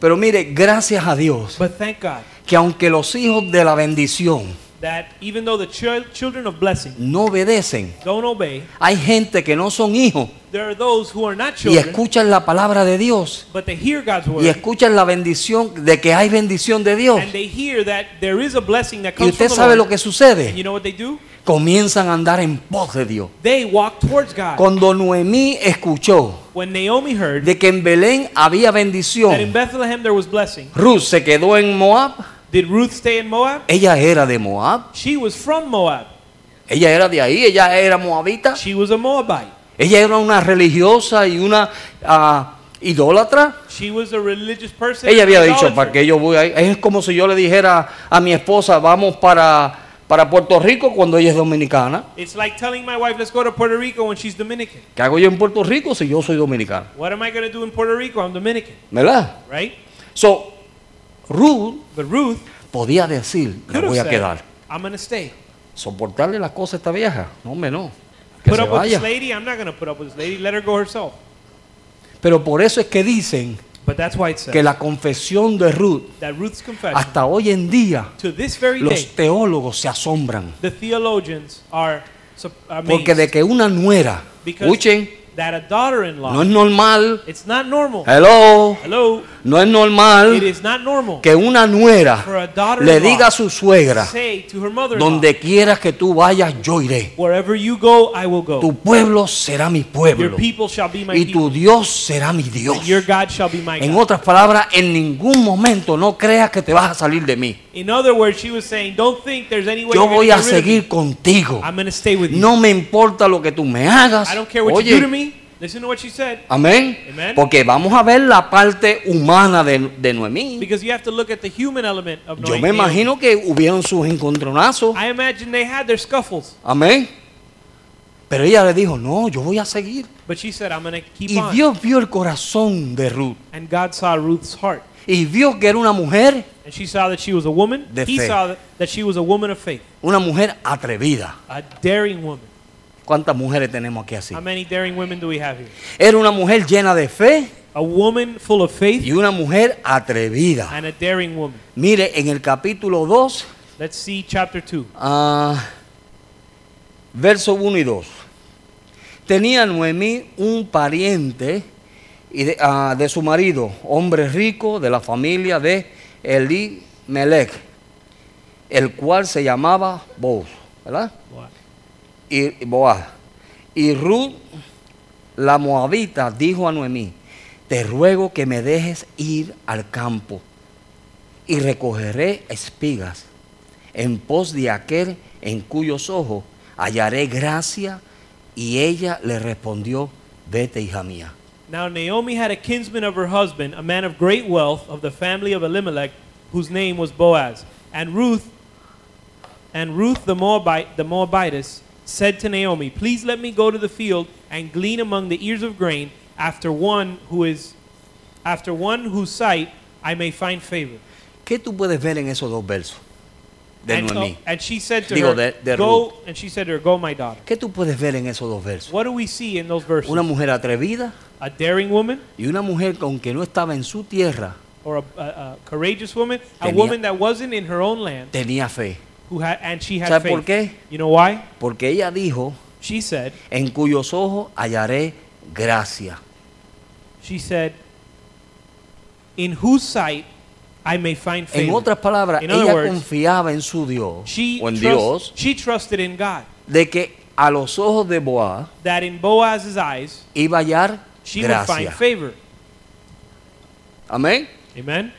C: Pero mire, gracias a Dios,
D: But thank God
C: que aunque los hijos de la bendición
D: that even though the chil- children of blessing
C: no obedecen,
D: don't obey,
C: Hay gente que no son hijos
D: there are those who are not
C: y
D: children,
C: escuchan la palabra de Dios
D: but they hear God's
C: y
D: word
C: escuchan la bendición de que hay bendición de Dios.
D: and they hear that there is a blessing that
C: Y
D: comes
C: usted
D: from the
C: sabe
D: Lord.
C: lo que
D: And you
C: sucede.
D: know what they do?
C: Comienzan a andar en pos de Dios.
D: They walk towards God.
C: Cuando Noemí escuchó
D: When Naomi heard
C: de que en Belén había
D: that in
C: bendición,
D: Bethlehem there was blessing,
C: Ruth se quedó en Moab.
D: did Ruth stay in Moab?
C: Ella era de Moab.
D: She was from Moab.
C: Ella era de ahí. Ella era moabita.
D: She was a Moabite.
C: Ella era una religiosa y una ah, idólatra.
D: She was a religious person.
C: Ella había
D: an
C: dicho,
D: idolater.
C: ¿para que yo voy ahí? Es como si yo le dijera a mi esposa, vamos para, para Puerto Rico cuando ella es dominicana.
D: It's like telling my wife, let's go to Puerto Rico when she's Dominican.
C: ¿Qué hago yo en Puerto Rico si yo soy dominicana?
D: What am I going to do in Puerto Rico? I'm Dominican,
C: ¿Verdad?
D: right?
C: So, Ruth
D: But Ruth
C: podía decir, me
D: could have
C: voy a
D: said,
C: quedar.
D: I'm going to stay.
C: ¿Soportarle las cosas a esta vieja? No, hombre, no. Que
D: put
C: se
D: up with
C: vaya.
D: this lady? I'm not going to put up with this lady. Let her go herself.
C: Pero por eso es que dicen
D: But that's why it
C: que
D: says
C: la confesión de Ruth,
D: that Ruth's confession,
C: hasta hoy en día,
D: to this very day,
C: Ah. los teólogos se asombran.
D: the theologians are sup- amazed
C: Porque de que una nuera,
D: because
C: escuchen,
D: that a daughter-in-law,
C: no Ah. es normal,
D: it's not normal.
C: hello,
D: Hello,
C: no es
D: it
C: normal
D: is not normal
C: que una nuera
D: for a daughter-in-law
C: le diga a su
D: to
C: suegra,
D: say to her mother-in-law,
C: donde quiera que tú vayas, yo iré.
D: wherever you go, I will go.
C: Tu pueblo será mi
D: Your
C: pueblo
D: people shall be my
C: y
D: people.
C: tu Dios será mi Dios.
D: Your God shall be my
C: En
D: God.
C: otras palabras, en ningún momento no creas que te vas a salir de mí.
D: In other words, she was saying, don't think there's any way
C: Yo
D: you're gonna
C: voy a
D: get rid of me.
C: seguir contigo.
D: I'm going to stay with you.
C: No me importa lo que tú me hagas.
D: I don't care what you do
C: Oye,
D: to me. Listen to what she said.
C: amén.
D: Amen.
C: Porque vamos a ver la parte humana de, de Noemí.
D: Because you have to look at the human element of
C: Yo
D: knowing.
C: me imagino que hubieron sus encontronazos.
D: I imagine they had their scuffles.
C: Amén. Pero ella le dijo, no, yo voy a seguir.
D: But she said, I'm going to keep
C: Y
D: on.
C: Dios vio el corazón de Ruth.
D: And God saw Ruth's heart.
C: Y vio que era una mujer,
D: And she saw that she was a woman.
C: De
D: he
C: fe.
D: saw that, that she was a woman of faith.
C: una mujer atrevida.
D: A daring woman.
C: ¿Cuántas mujeres tenemos aquí así?
D: How many daring women do we have here?
C: Era una mujer llena de fe
D: A woman full of faith
C: y una mujer atrevida.
D: and a daring woman.
C: Mire, en el capítulo 2,
D: Let's see chapter 2.
C: ah, verso 1 y 2. Tenía Noemí un pariente y de, ah, de su marido, hombre rico de la familia de Elí Melech, el cual se llamaba Boaz, ¿verdad? y Boaz. Y Ruth, la moabita, dijo a Noemí, te ruego que me dejes ir al campo y recogeré espigas en pos de aquel en cuyos ojos hallaré gracia. Y ella le respondió, vete hija mía.
D: Now Naomi had a kinsman of her husband, a man of great wealth of the family of Elimelech, whose name was Boaz. And Ruth and Ruth the Moabite, the Moabitess said to Naomi, "Please let me go to the field and glean among the ears of grain after one who is after one whose sight I may find favor."
C: ¿Qué tú puedes ver en esos dos versos de
D: and,
C: Noemí?
D: and she said to
C: Digo, de-
D: her,
C: de
D: "Go," and she said to her, "Go, my daughter."
C: ¿Qué tú puedes ver en esos dos versos?
D: What do we see in those verses?
C: Una mujer atrevida
D: a daring woman
C: y una mujer que aunque no estaba en su tierra,
D: or a, a, a courageous woman, a
C: Tenía-
D: woman that wasn't in her own land.
C: tenía fe.
D: who had and she had
C: ¿Sabe
D: faith.
C: por qué?
D: You know why?
C: Porque ella dijo,
D: She said,
C: en cuyos ojos hallaré gracia.
D: she said, in whose sight I may find favor.
C: En otras palabras,
D: In other
C: ella
D: words,
C: confiaba en su Dios
D: she
C: o en
D: trust-
C: Dios
D: she trusted in God
C: de que a los ojos de Boaz
D: that in Boaz's eyes
C: iba a hallar
D: she would find
C: gracia.
D: favor.
C: Amén.
D: Amen.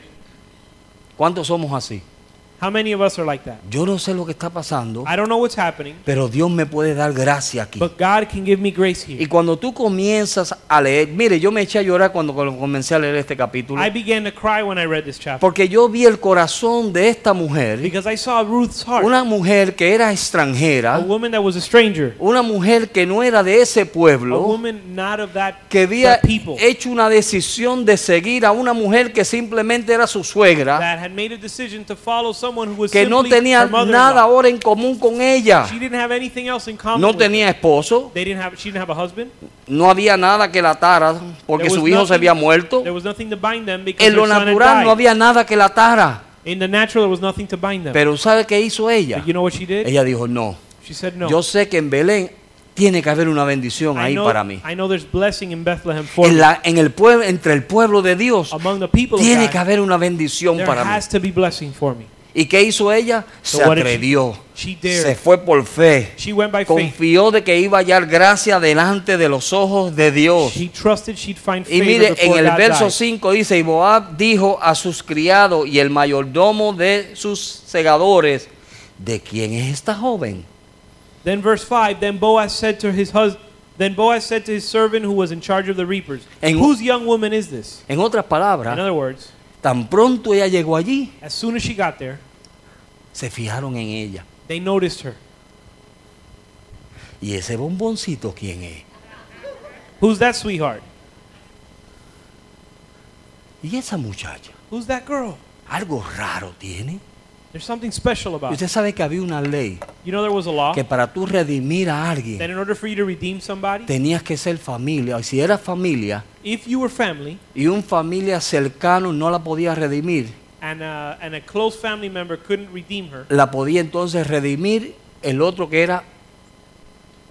C: ¿Cuántos somos así?
D: How many of us are like that?
C: Yo no sé lo que está pasando,
D: I don't know what's happening,
C: pero Dios me puede dar gracia aquí.
D: but God can give me grace
C: Y
D: here.
C: cuando tú comienzas a leer, mire, yo me eché a llorar cuando com- comencé a leer este capítulo,
D: I began to cry when I read this chapter
C: porque yo vi el corazón de esta mujer,
D: because I saw Ruth's heart,
C: una mujer que era
D: a
C: extranjera,
D: woman that was a stranger,
C: una mujer que no era de ese
D: a
C: pueblo,
D: woman not of that,
C: que había
D: that people
C: hecho una decisión de seguir a una mujer que simplemente era su suegra,
D: that had made a decision to follow someone who was
C: que no
D: simply
C: tenía
D: her mother-in-law.
C: nada ahora en común con ella.
D: She didn't have anything else in common.
C: No
D: with him.
C: tenía esposo,
D: They didn't have. She didn't have a husband.
C: no había nada que la atara porque
D: There
C: su
D: was
C: hijo se
D: nothing-
C: había muerto.
D: There was nothing to bind them because
C: En lo
D: their son had
C: natural no
D: died.
C: había nada que la atara.
D: In the natural, there was nothing to bind them.
C: Pero ¿sabe qué hizo ella?
D: But you know what she did?
C: Ella dijo, no,
D: She said no.
C: yo sé que en Belén tiene que haber una bendición
D: I
C: ahí
D: know,
C: para mí.
D: I know there's blessing in Bethlehem for
C: En,
D: me.
C: la- en el pueblo, entre el pueblo de Dios
D: Among the people of
C: tiene
D: God,
C: que haber una bendición
D: There
C: para mí.
D: has to be blessing for me.
C: ¿Y qué hizo ella?
D: So
C: Se
D: what did she-
C: atrevió.
D: She dared.
C: Se fue por fe.
D: She went by faith.
C: Confió de que iba a hallar gracia delante de los ojos de Dios.
D: She trusted she'd find
C: Y
D: favor
C: mire, en
D: before
C: el
D: God
C: verso
D: died.
C: 5 dice, y Boab dijo a sus criados y el mayordomo de sus segadores, ¿de quién es esta joven?
D: Then verse 5, then Boaz said to his hus- then Boaz said to his servant who was in charge of the reapers,
C: En-
D: whose young woman is this?
C: En otras
D: In
C: palabras,
D: other words,
C: tan pronto ella llegó allí,
D: as soon as she got there,
C: se fijaron en ella.
D: they noticed her.
C: ¿Y ese bomboncito quién es?
D: Who's that sweetheart?
C: ¿Y esa muchacha?
D: Who's that girl?
C: Algo raro tiene.
D: There's something special
C: Y
D: about
C: Usted
D: it.
C: sabe que había una ley
D: You know there was a law
C: que
D: that
C: para tú redimir a alguien
D: in order for you to redeem somebody,
C: tenías que ser familia. Y si eras familia
D: if you were family
C: y un familia cercano no la podía redimir,
D: and a, and a close family member couldn't redeem her,
C: la podía entonces redimir el otro que era,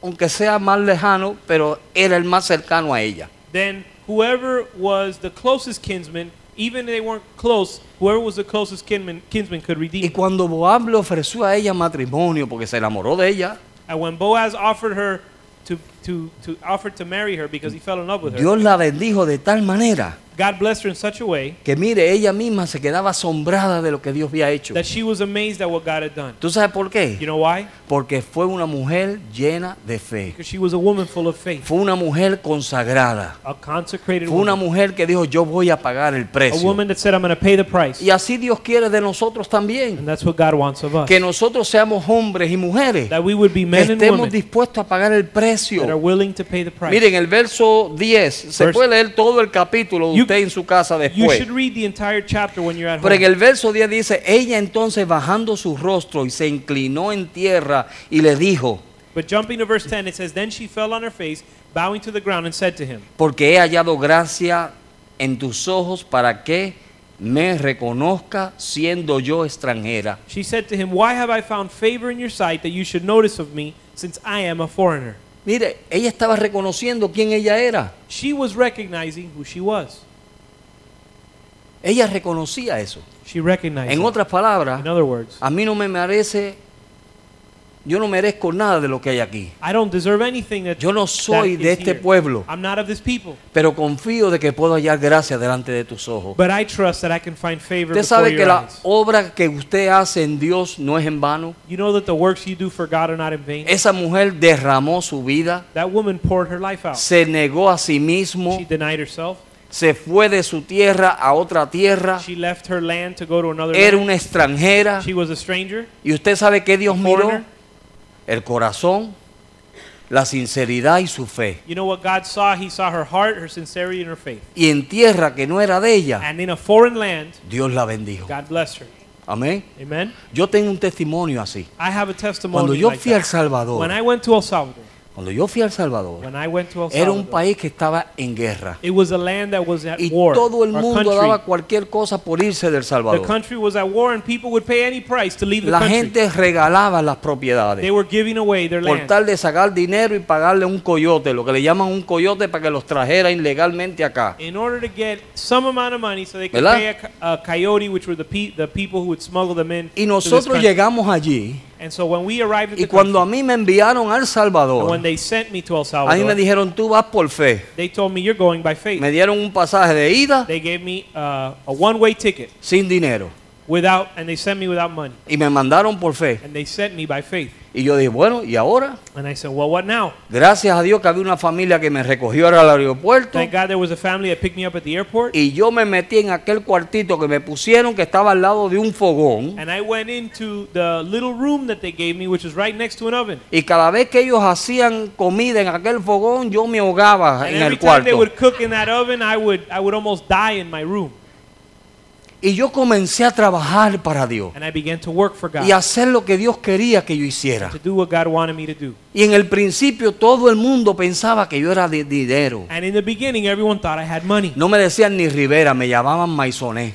C: aunque sea más lejano, pero era el más cercano a ella.
D: then whoever was the closest kinsman, even if they weren't close, whoever was the closest kinman, kinsman could
C: Y
D: redeem. her.
C: cuando Boab le ofreció a ella matrimonio porque se enamoró de ella,
D: And when Boaz offered her to, to, to offered to marry her because he fell in love with her,
C: Dios la bendijo de tal manera
D: God blessed her in such a way
C: que mire, ella misma se quedaba asombrada de lo que Dios había hecho.
D: that she was amazed at what God had done.
C: ¿Tú sabes por
D: You
C: qué?
D: know why?
C: Porque fue una mujer llena de fe.
D: Because she was a woman full of faith,
C: Fue una mujer consagrada.
D: a consecrated
C: Fue una
D: woman,
C: mujer que dijo, yo voy a pagar el
D: a
C: precio.
D: woman that said, I'm going to pay the price.
C: Y así Dios quiere de nosotros
D: And
C: también.
D: that's what God wants of us.
C: Que nosotros seamos hombres y mujeres.
D: That we would be
C: Que
D: men and
C: estemos
D: women
C: dispuestos a pagar el
D: that are
C: precio.
D: willing to pay the price.
C: Miren, el verso 10. Se
D: Verse-
C: puede leer todo el capítulo de
D: You-
C: usted en su casa
D: You
C: después.
D: should read the entire chapter when you're at
C: Pero en
D: home.
C: el verso 10 dice, ella entonces bajando su rostro y se inclinó en tierra y le dijo,
D: But jumping to verse 10, it says, Then she fell on her face, bowing to the ground, and said to him,
C: porque he hallado gracia en tus ojos para que me reconozca siendo yo extranjera.
D: She said to him, Why have I found favor in your sight that you should notice of me, since I am a foreigner?
C: Mire, ella estaba reconociendo quién ella era.
D: She was recognizing who she was.
C: Ella reconocía eso.
D: She recognized
C: En
D: it.
C: otras palabras,
D: In other words,
C: a mí no me merece, yo no merezco nada de lo que hay aquí.
D: I don't deserve anything that
C: Yo no soy
D: that
C: de
D: is
C: este
D: here.
C: pueblo,
D: I'm not of this people,
C: pero confío de que puedo hallar gracia delante de tus ojos.
D: but I trust that I can find favor
C: Usted
D: before
C: sabe
D: your
C: que la
D: eyes.
C: obra que usted hace en Dios no es en vano.
D: You know that the works you do for God are not in vain.
C: Esa mujer derramó su vida,
D: that woman poured her life out.
C: se negó a sí mismo,
D: She denied herself.
C: se fue de su tierra a otra tierra,
D: She left her land to go to another
C: era
D: land.
C: una extranjera.
D: She was a stranger.
C: Y usted sabe que Dios miró
D: foreigner.
C: el corazón, la sinceridad y su fe.
D: You know what God saw? He saw her heart, her sincerity, and her faith.
C: Y en tierra que no era de ella,
D: And in a foreign land,
C: Dios la bendijo.
D: God blessed her.
C: Amén.
D: Amen.
C: Yo tengo un testimonio así.
D: I have a
C: Cuando
D: testimony
C: yo
D: like
C: fui a El
D: that.
C: Salvador,
D: When I went to El Salvador,
C: cuando yo fui a El Salvador,
D: when I went to El
C: era un
D: Salvador,
C: país que estaba en guerra.
D: it was a land that was at
C: Y
D: war.
C: todo el
D: Our
C: mundo
D: country-
C: daba cualquier cosa por irse del
D: The
C: Salvador.
D: country was at war and people would pay any price to leave the
C: La
D: country.
C: gente regalaba las
D: they
C: propiedades
D: were giving away their
C: por
D: land
C: tal de sacar dinero y pagarle un coyote, lo que le llaman un coyote para que los trajera ilegalmente acá.
D: in order to get some amount of money so they could
C: ¿Verdad?
D: pay a, co- a coyote, which were the, pe- the people who would smuggle them in.
C: Y
D: to this
C: nosotros
D: country.
C: llegamos allí
D: And so when we arrived at
C: y
D: the
C: cuando a
D: country,
C: mí me enviaron al
D: and
C: Salvador,
D: when they sent me to El
C: a mí
D: Salvador,
C: me dijeron, tú vas por fe.
D: they told me, You're going by faith.
C: Me dieron un pasaje de ida
D: They gave me uh, a one way ticket
C: sin dinero
D: without, and they sent me without money.
C: y me mandaron por fe.
D: And they sent me by faith.
C: Y yo dije, bueno, ¿y ahora?
D: And I said, Well, what now?
C: Gracias a Dios que había una familia que me recogió al aeropuerto
D: Thank God there was a family that picked me up at the airport.
C: y yo me metí en aquel cuartito que me pusieron que estaba al lado de un fogón
D: And I went into the little room that they gave me, which was right next to an oven.
C: y cada vez que ellos hacían comida en aquel fogón yo me ahogaba
D: And
C: en
D: every
C: el
D: time they
C: cuarto
D: would cook in that oven, I would I would almost die in my room.
C: y yo comencé a trabajar para Dios
D: And I began to work for God
C: y hacer lo que Dios quería que yo hiciera
D: to do what God wanted me to do.
C: y en el principio todo el mundo pensaba que yo era de dinero
D: And in the beginning, everyone thought I had money.
C: no me decían ni Rivera me llamaban Maisoné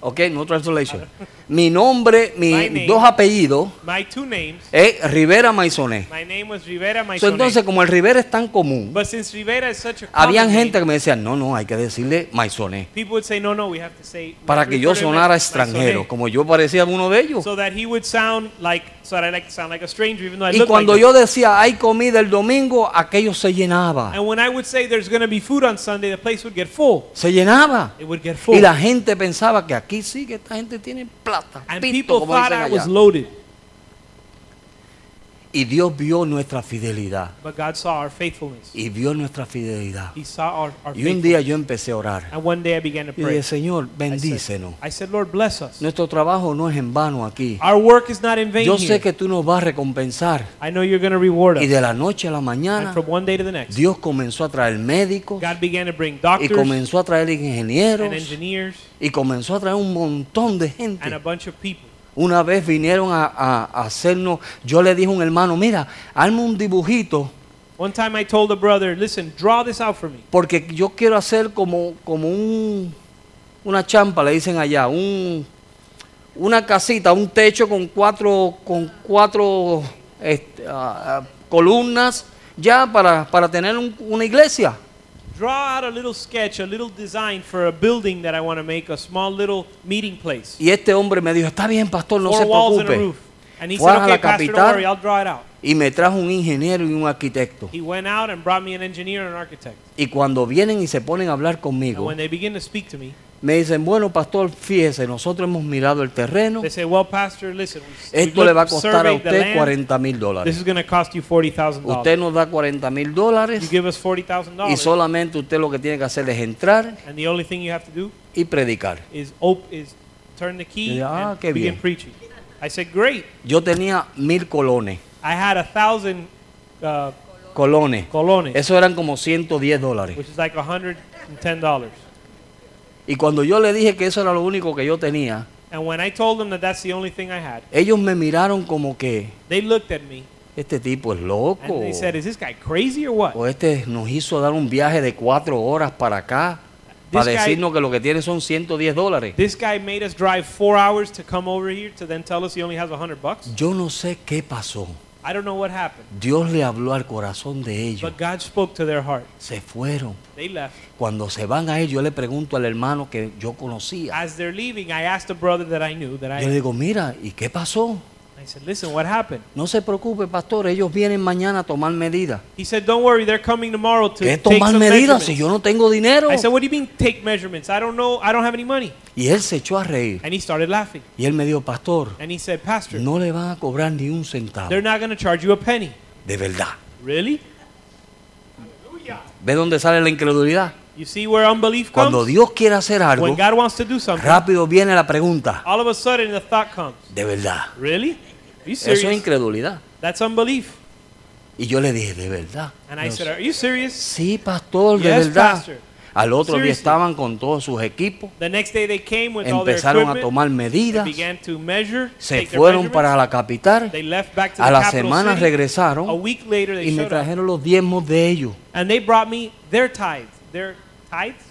C: ok no translation mi nombre
D: My
C: mis
D: name.
C: dos apellidos
D: My two names,
C: es Rivera Maisoné
D: my name was Rivera, my
C: So, entonces, como el Rivera es tan común,
D: But since Rivera is such a common
C: habían
D: name,
C: gente que me decían, no, no, hay que decirle Maisoné,
D: people would say, no, no, we have to say. we
C: para
D: have to
C: que yo
D: refer to him
C: sonara
D: as my
C: extranjero,
D: Soné,
C: como yo parecía uno de ellos.
D: So that he would sound like, so that I like to sound like a stranger, even though I
C: Y
D: look like
C: cuando
D: him.
C: yo decía, hay comida el domingo, aquello se llenaba,
D: And when I would say there's going to be food on Sunday, the place would get full.
C: se llenaba.
D: It would get full.
C: Y la gente pensaba que aquí sí, que esta gente tiene plata,
D: and
C: pito,
D: people
C: como
D: thought
C: dicen
D: I was
C: allá.
D: loaded.
C: Y Dios vio nuestra fidelidad.
D: But God saw our faithfulness.
C: Y vio nuestra fidelidad.
D: He saw our, our
C: Y un
D: faithfulness.
C: día yo empecé a orar.
D: And one day I began to
C: Y
D: pray.
C: dije, Señor,
D: I said,
C: bendícenos.
D: I said, Lord, bless us.
C: Nuestro trabajo no es en vano aquí.
D: Our work is not in vain
C: Yo
D: here.
C: sé que tú nos vas a recompensar.
D: I know you're going to reward us.
C: Y de la noche a la
D: and
C: mañana,
D: from one day to the next,
C: Dios comenzó a traer médicos
D: God began to bring
C: y
D: doctors
C: comenzó a traer
D: and
C: ingenieros
D: engineers
C: y comenzó a traer un montón de
D: and a
C: gente.
D: bunch of people.
C: Una vez vinieron a, a- a hacernos, yo le dije a un hermano, mira, arma un dibujito
D: One time I told a brother, listen, draw this out for me.
C: porque yo quiero hacer como, como un, una champa, le dicen allá, un, una casita, un techo con cuatro, con cuatro este, ah, ah, columnas ya para, para tener un- una iglesia.
D: Draw out a little sketch, a little design for a building that I want to make, a small little meeting place.
C: Y este hombre me dijo, está bien, pastor, no
D: Four
C: se
D: walls and a
C: preocupe.
D: roof. And he
C: Fue
D: said,
C: a la
D: okay, Pastor,
C: capital.
D: don't worry, I'll draw it out.
C: Y me trajo un ingeniero y un arquitecto.
D: He went out and brought me an engineer and an architect.
C: Y cuando vienen y se ponen a hablar
D: And
C: conmigo,
D: when they begin to speak to me,
C: me dicen, bueno, pastor, fíjese, nosotros hemos mirado el terreno,
D: they say, well, Pastor, listen, we- we
C: esto le va a
D: looked,
C: costar a
D: surveyed the
C: usted
D: land.
C: 40 mil
D: This
C: dólares.
D: is going to cost you $40,000.
C: Usted nos da 40 mil dólares
D: You give us
C: y
D: $40,000
C: solamente usted lo que tiene que hacer es entrar
D: and the only thing you have to do
C: y predicar.
D: is op is turn the key
C: Yeah, ah,
D: and
C: qué
D: begin
C: bien.
D: preaching. I said, great.
C: Yo tenía mil colones,
D: I had a thousand uh,
C: colones.
D: colones, Pues-
C: Eso eran como 110 dólares.
D: which is like $110.
C: Y cuando yo le dije que eso era lo único que yo tenía,
D: And when I told them that that's the only thing I had,
C: ellos me miraron como que,
D: they looked at me
C: este tipo es
D: and
C: loco.
D: they said, is this guy crazy or what?
C: O este nos hizo dar un viaje de cuatro horas para acá para
D: This guy-
C: decirnos que lo que tiene son 110 dólares.
D: This guy made us drive four hours to come over here to then tell us he only has 100 bucks.
C: Yo no sé qué pasó.
D: I don't know what happened,
C: Dios le habló al corazón de ellos.
D: but God spoke to their heart.
C: Se fueron.
D: They left.
C: Cuando se van a ellos, yo le pregunto al hermano que yo conocía.
D: As they're leaving, I asked a brother that I knew that I
C: Yo le digo, mira, ¿y qué pasó?
D: I said, listen, what happened?
C: No se preocupe, pastor, ellos vienen mañana a tomar medidas.
D: He said, don't worry, they're coming tomorrow to
C: ¿Qué
D: take some
C: tomar medidas
D: measurements.
C: si yo no tengo dinero?
D: I said, what do you mean take measurements? I don't know, I don't have any money.
C: Y él se echó a reír.
D: And he started laughing.
C: Y él me dijo, pastor,
D: And he said, pastor,
C: no le van a cobrar ni un centavo.
D: they're not going to charge you a penny.
C: De verdad.
D: Really?
C: ¿Ve dónde sale la incredulidad?
D: You see where unbelief comes?
C: Cuando Dios quiere hacer algo,
D: when God wants to do something,
C: rápido viene la pregunta.
D: all of a sudden the thought comes,
C: De verdad.
D: really? Are you serious?
C: Eso es incredulidad.
D: That's unbelief.
C: Y yo le dije, de verdad.
D: And I said, are you serious?
C: Sí, pastor, de
D: Yes,
C: verdad.
D: pastor.
C: Al otro día
D: Seriously.
C: estaban con todos sus equipos,
D: The next day they came with all their
C: empezaron a
D: equipment,
C: tomar medidas,
D: began to measure,
C: se
D: take their
C: fueron
D: measurements.
C: para la capital,
D: They left back to
C: a
D: the
C: la
D: capital
C: semana
D: city.
C: regresaron
D: A week later they
C: y me
D: showed up.
C: trajeron los diezmos de ellos.
D: And they brought me their tithes. Their tithes?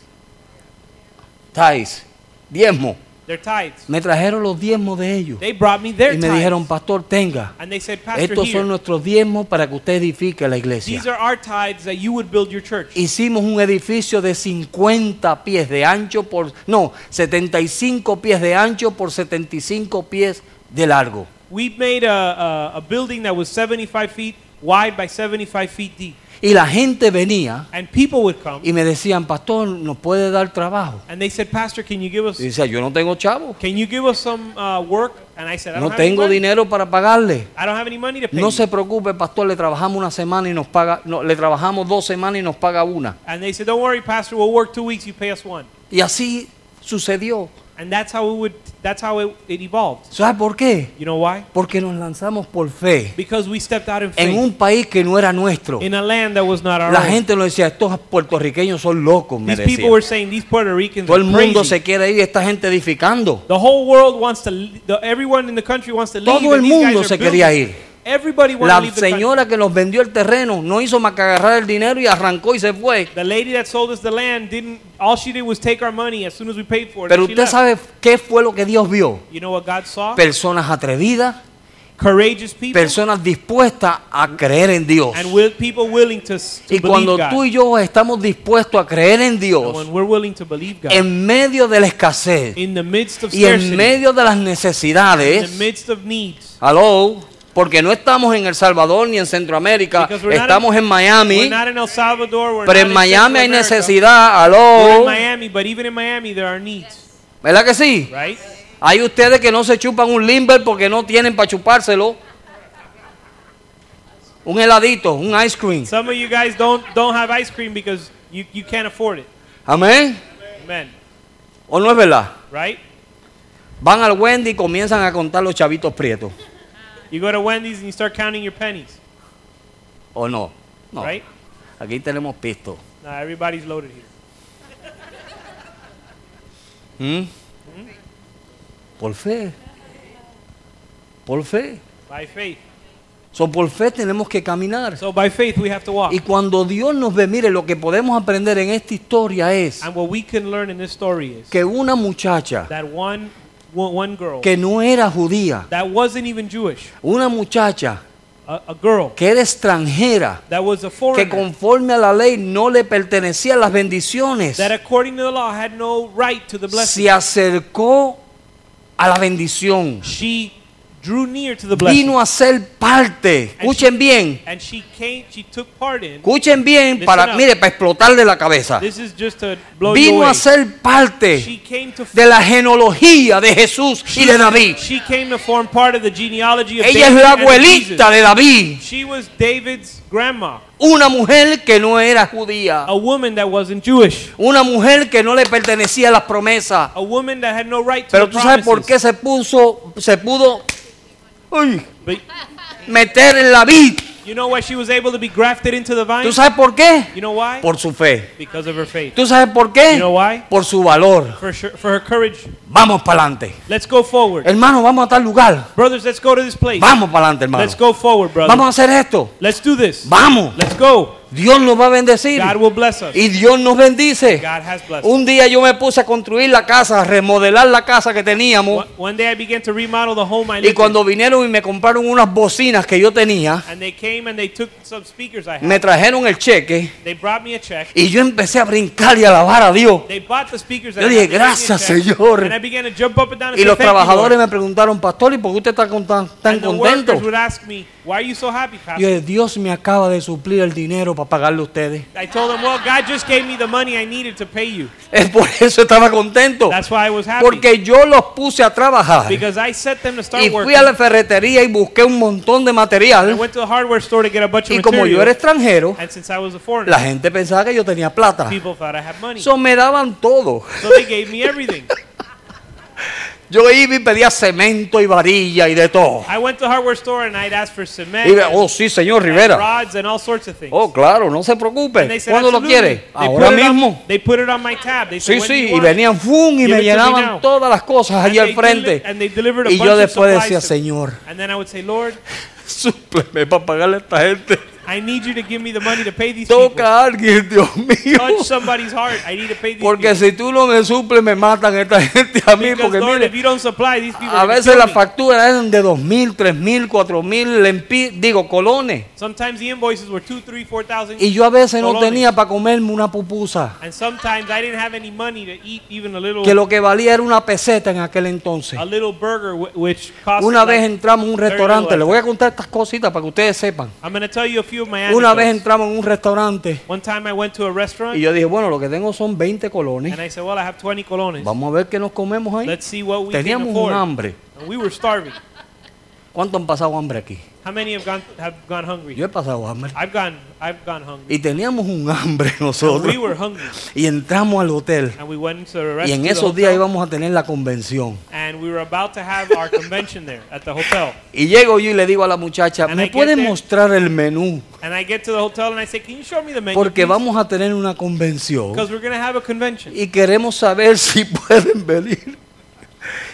C: Tais, diezmo.
D: Their tithes.
C: Me trajeron los diezmos de ellos.
D: They brought me their
C: Y me
D: tithes.
C: dijeron, pastor, tenga.
D: and they said, Pastor,
C: Estos
D: here,
C: son nuestros diezmos para que usted edifique la
D: these
C: iglesia.
D: are our tithes that you would build your church.
C: Hicimos un edificio de 50 pies de ancho por, no, 75 pies de ancho por 75 pies de largo.
D: we made a, a, a building that was 75 feet wide by 75 feet deep.
C: Y la gente venía
D: And people would come.
C: y me decían, pastor, ¿nos puede dar trabajo?
D: and they said, Pastor, can you give us,
C: Y decía, yo no tengo chavo,
D: can you give us some uh, work? And I said, I don't,
C: no
D: have any
C: tengo
D: money.
C: dinero para pagarle.
D: I don't have any money to pay
C: No
D: you."
C: se preocupe, pastor, le trabajamos una semana y nos paga, no, le trabajamos dos semanas y nos paga una.
D: And they said, don't worry, Pastor, we'll work two weeks, you pay us one.
C: Y así sucedió.
D: And that's how it would, that's how it, it evolved.
C: ¿Sabes por qué?
D: You know why?
C: Porque nos lanzamos por fe
D: Because we stepped out in faith.
C: en un país que no era nuestro.
D: in a land that was not our
C: La
D: own.
C: gente nos decía, estos puertorriqueños son locos, me
D: These
C: decía.
D: people were saying these Puerto Ricans
C: Todo el
D: are
C: mundo
D: crazy.
C: se quiere ir, esta gente edificando.
D: the whole world wants to le- the, everyone in the country wants to leave.
C: Todo el
D: and these
C: mundo
D: guys are
C: se quería
D: building.
C: ir.
D: Everybody wanted
C: La
D: to leave the
C: señora que nos vendió el terreno no hizo más que agarrar el dinero y arrancó y se fue.
D: country. The lady that sold us the land didn't all she did was take our money as soon as we paid for it.
C: Pero
D: and she
C: usted
D: left.
C: sabe qué fue lo que Dios vio.
D: you know what God saw?
C: Personas atrevidas,
D: Courageous people
C: personas dispuestas a creer en Dios.
D: and will, people willing to, s- to
C: Y
D: believe
C: cuando
D: God.
C: tú y yo estamos dispuestos a creer en
D: And
C: Dios,
D: when we're willing to believe God
C: en medio de la escasez
D: in the midst of
C: y en
D: scarcity,
C: medio de las
D: in the
C: necesidades,
D: midst of needs,
C: Aló, porque no estamos en El Salvador ni en Centroamérica,
D: Because we're not
C: estamos en Miami,
D: we're not in El Salvador, we're
C: pero
D: not
C: en Miami hay
D: Central America.
C: necesidad,
D: We're in
C: aló.
D: Miami, but even in Miami there are needs,
C: ¿Verdad que sí?
D: right?
C: Hay ustedes que no se chupan un limber porque no tienen para chupárselo. un heladito, un ice cream.
D: Some of you guys don't don't have ice cream because you, you can't afford it.
C: Amén.
D: Amen.
C: ¿O no es verdad?
D: Right?
C: Van al Wendy y comienzan a contar los chavitos prietos.
D: You go to Wendy's and you start counting your pennies.
C: ¿O no? No.
D: Right?
C: Aquí tenemos pisto.
D: Nah, everybody's loaded here.
C: ¿Mm? Por fe. Por fe.
D: By faith.
C: So, por fe tenemos que caminar.
D: So by faith we have to walk.
C: Y cuando Dios nos ve, mire, lo que podemos aprender en esta historia es
D: And what we can learn in this story is
C: que una muchacha
D: that one one one girl
C: que no era judía,
D: that wasn't even Jewish,
C: una muchacha
D: a, a girl
C: que era extranjera,
D: that was a
C: que
D: foreigner
C: conforme a la ley no le pertenecían las bendiciones,
D: that according to the law had no right to the blessing.
C: se acercó a la bendición.
D: She drew near to the blessing.
C: Vino a ser parte. Escuchen bien.
D: And she came, she took part in.
C: Escuchen bien para,
D: Listen up.
C: mire, para explotarle la cabeza.
D: This is just to blow you
C: Vino
D: away.
C: a ser
D: She
C: parte
D: came to
C: de la genealogía de Jesús y de David.
D: She came to form part of the genealogy of
C: Ella es
D: David
C: la
D: and Jesus.
C: abuelita de David,
D: She was David's grandma,
C: una mujer que no era judía,
D: a woman that wasn't Jewish,
C: una mujer que no le pertenecía a las promesas.
D: a woman that had no right to
C: Pero
D: the
C: tú sabes por qué
D: promises.
C: se puso, se pudo uy,
D: But
C: meter en la vid.
D: you know why she was able to be grafted into the vine?
C: ¿Tú sabes por qué?
D: You know why?
C: Por su fe.
D: because of her faith.
C: ¿Tú sabes por
D: You
C: qué?
D: know why?
C: Por su valor.
D: For, sure, for her courage.
C: Vamos para adelante.
D: Let's go forward.
C: Hermano, vamos a tal lugar.
D: Brothers, let's go to this place.
C: Vamos para adelante, hermano.
D: Let's go forward, brother.
C: Vamos a hacer esto.
D: Let's do this.
C: Vamos.
D: Let's go.
C: Dios nos va a bendecir.
D: God will bless us.
C: Y Dios nos bendice.
D: God has blessed us.
C: Un día yo me puse a construir la casa, a remodelar la casa que teníamos.
D: One, one day I began to remodel the home I
C: Y
D: lived in.
C: cuando vinieron y me compraron unas bocinas que yo tenía,
D: And they came and they took some speakers I had.
C: me trajeron el cheque
D: They brought me a check.
C: y yo empecé a brincar y a alabar a Dios.
D: They bought the speakers.
C: Yo
D: I
C: dije,
D: had. They gave me a
C: "Gracias,
D: check."
C: Señor.
D: And I began to jump up and down and
C: Y
D: say,
C: los
D: "Thank you, Lord."
C: trabajadores me preguntaron, pastor, ¿y por qué usted está con tan, tan
D: And the
C: contento?
D: workers would ask me, "Why are you so happy,
C: Yo
D: Pastor?"
C: dije, Dios me acaba de suplir el dinero para pagarle a ustedes.
D: (laughs) I told them, "Well, God just gave me the money I needed to pay you.
C: Es por eso estaba contento.
D: That's why I was happy
C: Porque yo los puse a trabajar.
D: because I set them to
C: Y
D: start
C: fui
D: working.
C: a la ferretería y busqué un montón de
D: I
C: material.
D: went to the hardware store to get a bunch of
C: Y como yo
D: material,
C: era extranjero,
D: and since I was a foreigner,
C: la gente pensaba que yo tenía plata.
D: people thought I had money,
C: Eso me daban todo.
D: so they gave me everything.
C: Yo iba y pedía cemento y varilla y de todo.
D: I went to the hardware store and I'd ask for cement,
C: Y ve, oh, sí, señor
D: and
C: Rivera.
D: rods, and all sorts of things.
C: Oh, claro, no se
D: And
C: preocupe.
D: they said,
C: ¿Cuándo lo
D: "Absolutely."
C: quiere?
D: They
C: Ahora
D: put it on-
C: mismo.
D: They put it on my tab. They said,
C: Sí,
D: "When do
C: sí,
D: you
C: y
D: want it?"
C: venían fum y
D: Give it
C: me
D: to me
C: llenaban
D: now.
C: todas las cosas allí
D: And
C: al
D: they deli-
C: frente.
D: and they delivered a
C: Y
D: bunch
C: yo
D: of
C: después
D: supplies
C: decía,
D: to- (laughs)
C: Señor,
D: And then I would say, Lord,
C: súpleme para pagarle a esta gente.
D: I need you to give me the money to pay these people.
C: Toca a alguien, Dios mío.
D: (laughs) Touch somebody's heart. I need to pay these
C: Porque
D: people.
C: si tú no me suples, me matan esta gente a mí.
D: Because
C: Porque
D: Lord, if
C: mire,
D: you don't supply these people,
C: a
D: are gonna
C: veces
D: kill
C: las
D: me.
C: facturas eran de 2.000, 3.000, 4.000 lempi, digo, colones.
D: sometimes the invoices were two, three, four thousand.
C: Y yo a veces no
D: Colones.
C: tenía para comerme una pupusa.
D: And sometimes I didn't have any money to eat even a little,
C: Que lo que valía era una peseta en aquel entonces.
D: a little burger, wh- which cost.
C: Una
D: like-
C: vez entramos a un
D: very little
C: restaurante,
D: at
C: le voy a contar estas cositas para que ustedes sepan.
D: I'm gonna tell you a few of my
C: Una vez
D: anecdotes.
C: entramos en un restaurante
D: One time I went to a
C: y
D: restaurant
C: yo dije, bueno, lo que tengo son 20 colones.
D: and I said, well, I have 20 colones.
C: Vamos a ver qué nos comemos ahí.
D: Let's see what we can
C: Teníamos un
D: afford.
C: hambre.
D: And we were starving.
C: ¿Cuánto han pasado hambre aquí?
D: How many have gone have gone hungry?
C: Yo he pasado hambre.
D: I've gone I've gone
C: (laughs)
D: hungry.
C: Y teníamos un hambre (laughs)
D: And
C: nosotros.
D: we were hungry.
C: Y entramos al hotel.
D: And we went to the
C: Y
D: restaurant.
C: en esos días íbamos a tener la convención.
D: and we were about to have our convention there at the hotel.
C: Y llego yo y le digo a la muchacha,
D: And I
C: ¿me
D: get
C: puede
D: there-
C: mostrar el menú?
D: And I get to the hotel and I say, "Can you show me the menu?"
C: Porque vamos a tener una convención.
D: because we're going to have a convention.
C: Y queremos saber (laughs) si pueden venir.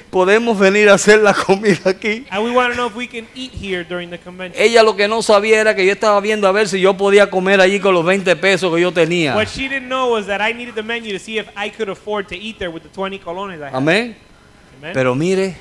C: Podemos venir a hacer la comida aquí.
D: And we want to know if we can eat here during the convention.
C: Ella lo que no sabía era que yo estaba viendo a ver si yo podía comer allí con los 20 pesos que yo tenía.
D: What she didn't know was that I needed the menu to see if I could afford to eat there with the 20 colones I had.
C: Amén.
D: Amen.
C: Pero mire,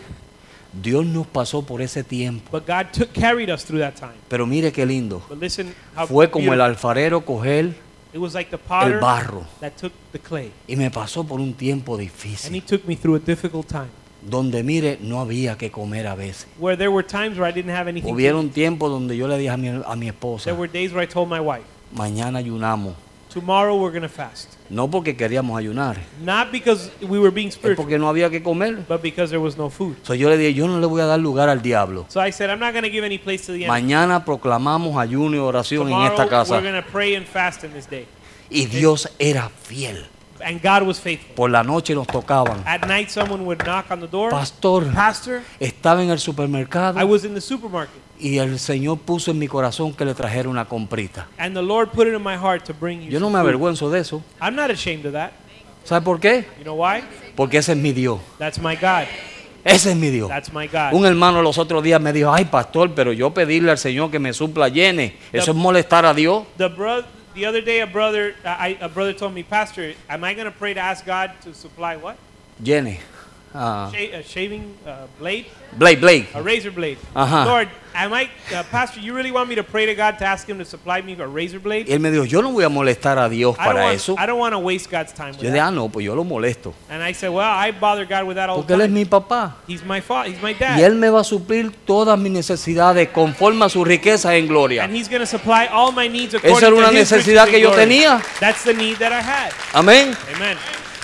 C: Dios nos pasó por ese tiempo.
D: but God took carried us through that time.
C: Pero mire qué lindo.
D: But listen how
C: Fue como el
D: beautiful.
C: alfarero coger
D: it was like the
C: el
D: potter
C: barro.
D: that took the clay.
C: Y me pasó por un tiempo
D: And he
C: difícil.
D: took me through a difficult time
C: Donde mire, no había que comer a veces.
D: where there were times where I didn't have anything. to eat.
C: Hubieron tiempos donde yo le dije a mi, a mi esposa,
D: There were days where I told my wife,
C: mañana ayunamos.
D: Tomorrow we're going to fast.
C: No porque queríamos ayunar,
D: Not because we were being
C: es
D: spiritual,
C: porque no había que comer.
D: but because there was no food.
C: So yo le dije, yo no le voy a dar lugar al diablo.
D: So I said, I'm not going to give any place to the enemy.
C: Mañana proclamamos ayuno y oración en esta
D: Tomorrow
C: casa.
D: we're going to pray and fast in this day.
C: Y Dios era fiel.
D: And God was faithful.
C: Por la noche nos tocaban.
D: At night someone would knock on the door.
C: Pastor,
D: Pastor,
C: estaba en el
D: I
C: supermercado
D: was in the supermarket
C: y el Señor puso en mi corazón que le trajera una comprita.
D: and the Lord put it in my heart to bring you.
C: Yo no
D: some
C: me
D: food.
C: avergüenzo de eso.
D: I'm not ashamed of that.
C: ¿Sabe por qué?
D: You know why?
C: Porque ese es mi Dios.
D: That's my God.
C: Ese es mi Dios.
D: That's my God.
C: Un hermano los otros días me dijo, ay pastor, pero yo pedirle al Señor que me supla llene. ¿Eso
D: The-
C: es molestar a Dios?
D: The brother, the other day, a brother, I, a brother told me, Pastor, am I going to pray to ask God to supply what?
C: Llene. Ah,
D: Sha- a shaving uh, blade,
C: Blake, Blake.
D: a razor blade.
C: Ajá.
D: Lord, am I, uh, Pastor, you really want me to pray to God to ask Him to supply me a razor blade?
C: Él me dijo, yo no voy a molestar a Dios
D: I don't
C: para
D: want,
C: eso.
D: I don't want to waste God's time with
C: Yo dije,
D: that.
C: ah, no, pues yo lo molesto.
D: And I said, well, I bother Oh, God with that all
C: Porque
D: the
C: Él es
D: time.
C: mi papá.
D: He's my father. He's my
C: Y Él
D: dad.
C: me va a suplir todas mis necesidades conforme a su riqueza en gloria.
D: And he's going to supply all my needs according
C: Esa era una
D: to his riches
C: necesidad
D: and
C: que yo
D: glory.
C: tenía.
D: That's the need that I had.
C: Amén.
D: Amen.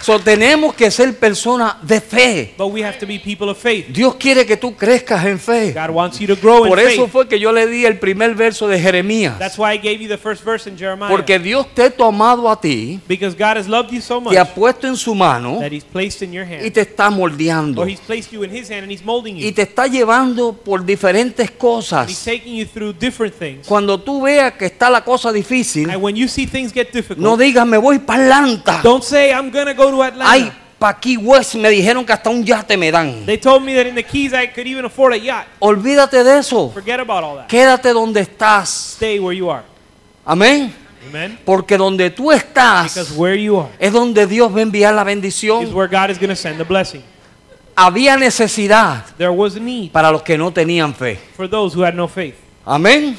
C: So, tenemos que ser personas de fe.
D: But we have to be people of faith.
C: Dios quiere que tú crezcas en fe.
D: God wants you to grow in
C: Por eso
D: faith.
C: fue que yo le di el primer verso de Jeremías.
D: That's why I gave you the first verse in Jeremiah.
C: Porque Dios te ha tomado a ti,
D: because God has loved you so much
C: te ha puesto en su mano
D: that he's placed in your
C: y
D: hand.
C: te está moldeando.
D: Or he's placed you in his hand and he's molding you.
C: Y te está llevando por diferentes
D: he's
C: cosas.
D: taking you through different things.
C: Cuando tú veas que está la cosa difícil,
D: And when you see things get
C: no
D: difficult,
C: digas me voy para Atlanta.
D: don't say, I'm going to go to Atlanta.
C: Ay, pa' aquí West me dijeron que hasta un yate me dan.
D: They told me that in the Keys I could even afford a yacht.
C: Olvídate de eso.
D: Forget about all that.
C: Quédate donde estás.
D: Stay where you are.
C: Amén.
D: Amen.
C: Porque donde tú
D: Because
C: estás
D: where you are
C: es donde Dios va a enviar la
D: is
C: bendición.
D: where God is going to send the blessing.
C: Había necesidad
D: There was a need
C: para los que no tenían fe.
D: for those who had no faith.
C: Amén.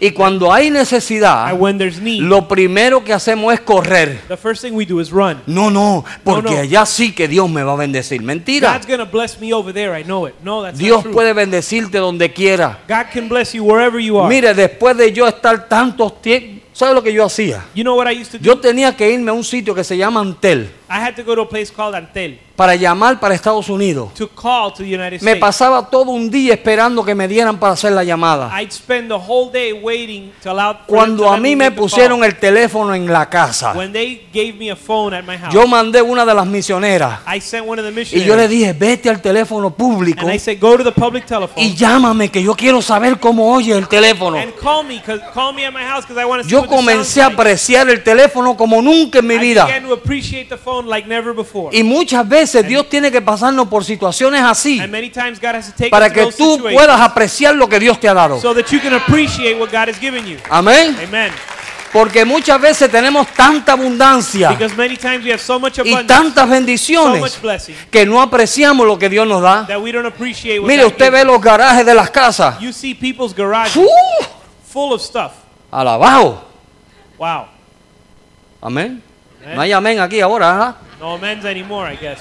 C: Y cuando hay necesidad,
D: And when there's need,
C: Ah. lo primero que hacemos es correr.
D: the first thing we do is run.
C: No, no, porque
D: no.
C: allá sí que Dios me va a bendecir. Mentira.
D: God's going to bless me over there. I know it. No, that's
C: Dios
D: not true.
C: puede bendecirte donde quiera.
D: God can bless you wherever you are.
C: Mire, después de yo estar tantos tiempos, ¿sabes lo que yo hacía?
D: you know what I used to do?
C: Yo tenía que irme a un sitio que se llama Antel
D: I had to go to a place called Antel
C: para llamar para Estados Unidos.
D: to call to the United
C: Me
D: States.
C: pasaba todo un día esperando que me dieran para hacer la llamada.
D: I'd spend the whole day waiting to allow for them to
C: Cuando a
D: let me
C: mí me
D: make the
C: pusieron
D: call.
C: el teléfono en la casa,
D: When they gave me a phone at my house,
C: yo mandé una de las misioneras
D: I sent one of the
C: y
D: missionaries.
C: yo le dije, vete al teléfono público
D: and I said, go to the public telephone.
C: y llámame que yo quiero saber cómo oye el teléfono.
D: And call me, 'cause- call me at my house because I want to.
C: Yo comencé a apreciar el teléfono como nunca en mi
D: I
C: vida.
D: began to appreciate the phone like never before.
C: Y muchas veces Dios tiene que pasarnos por situaciones así
D: and many times God has to take
C: para
D: us to
C: que
D: those
C: tú
D: situations
C: puedas apreciar lo que Dios te ha dado.
D: so that you can appreciate what God has given you.
C: Amén.
D: Amen.
C: Ah. Porque muchas veces tenemos tanta abundancia
D: Because many times we have so much
C: y
D: abundance,
C: tantas
D: so much
C: bendiciones
D: blessing
C: que no apreciamos lo que Dios nos da.
D: that we don't appreciate what
C: Mire,
D: God
C: usted
D: gives.
C: ve los garajes de las casas.
D: You see people's garages
C: ¡Fu!
D: full of stuff.
C: Alabado.
D: Wow.
C: Amén. No hay amén aquí ahora. ajá.
D: No amends anymore, I guess.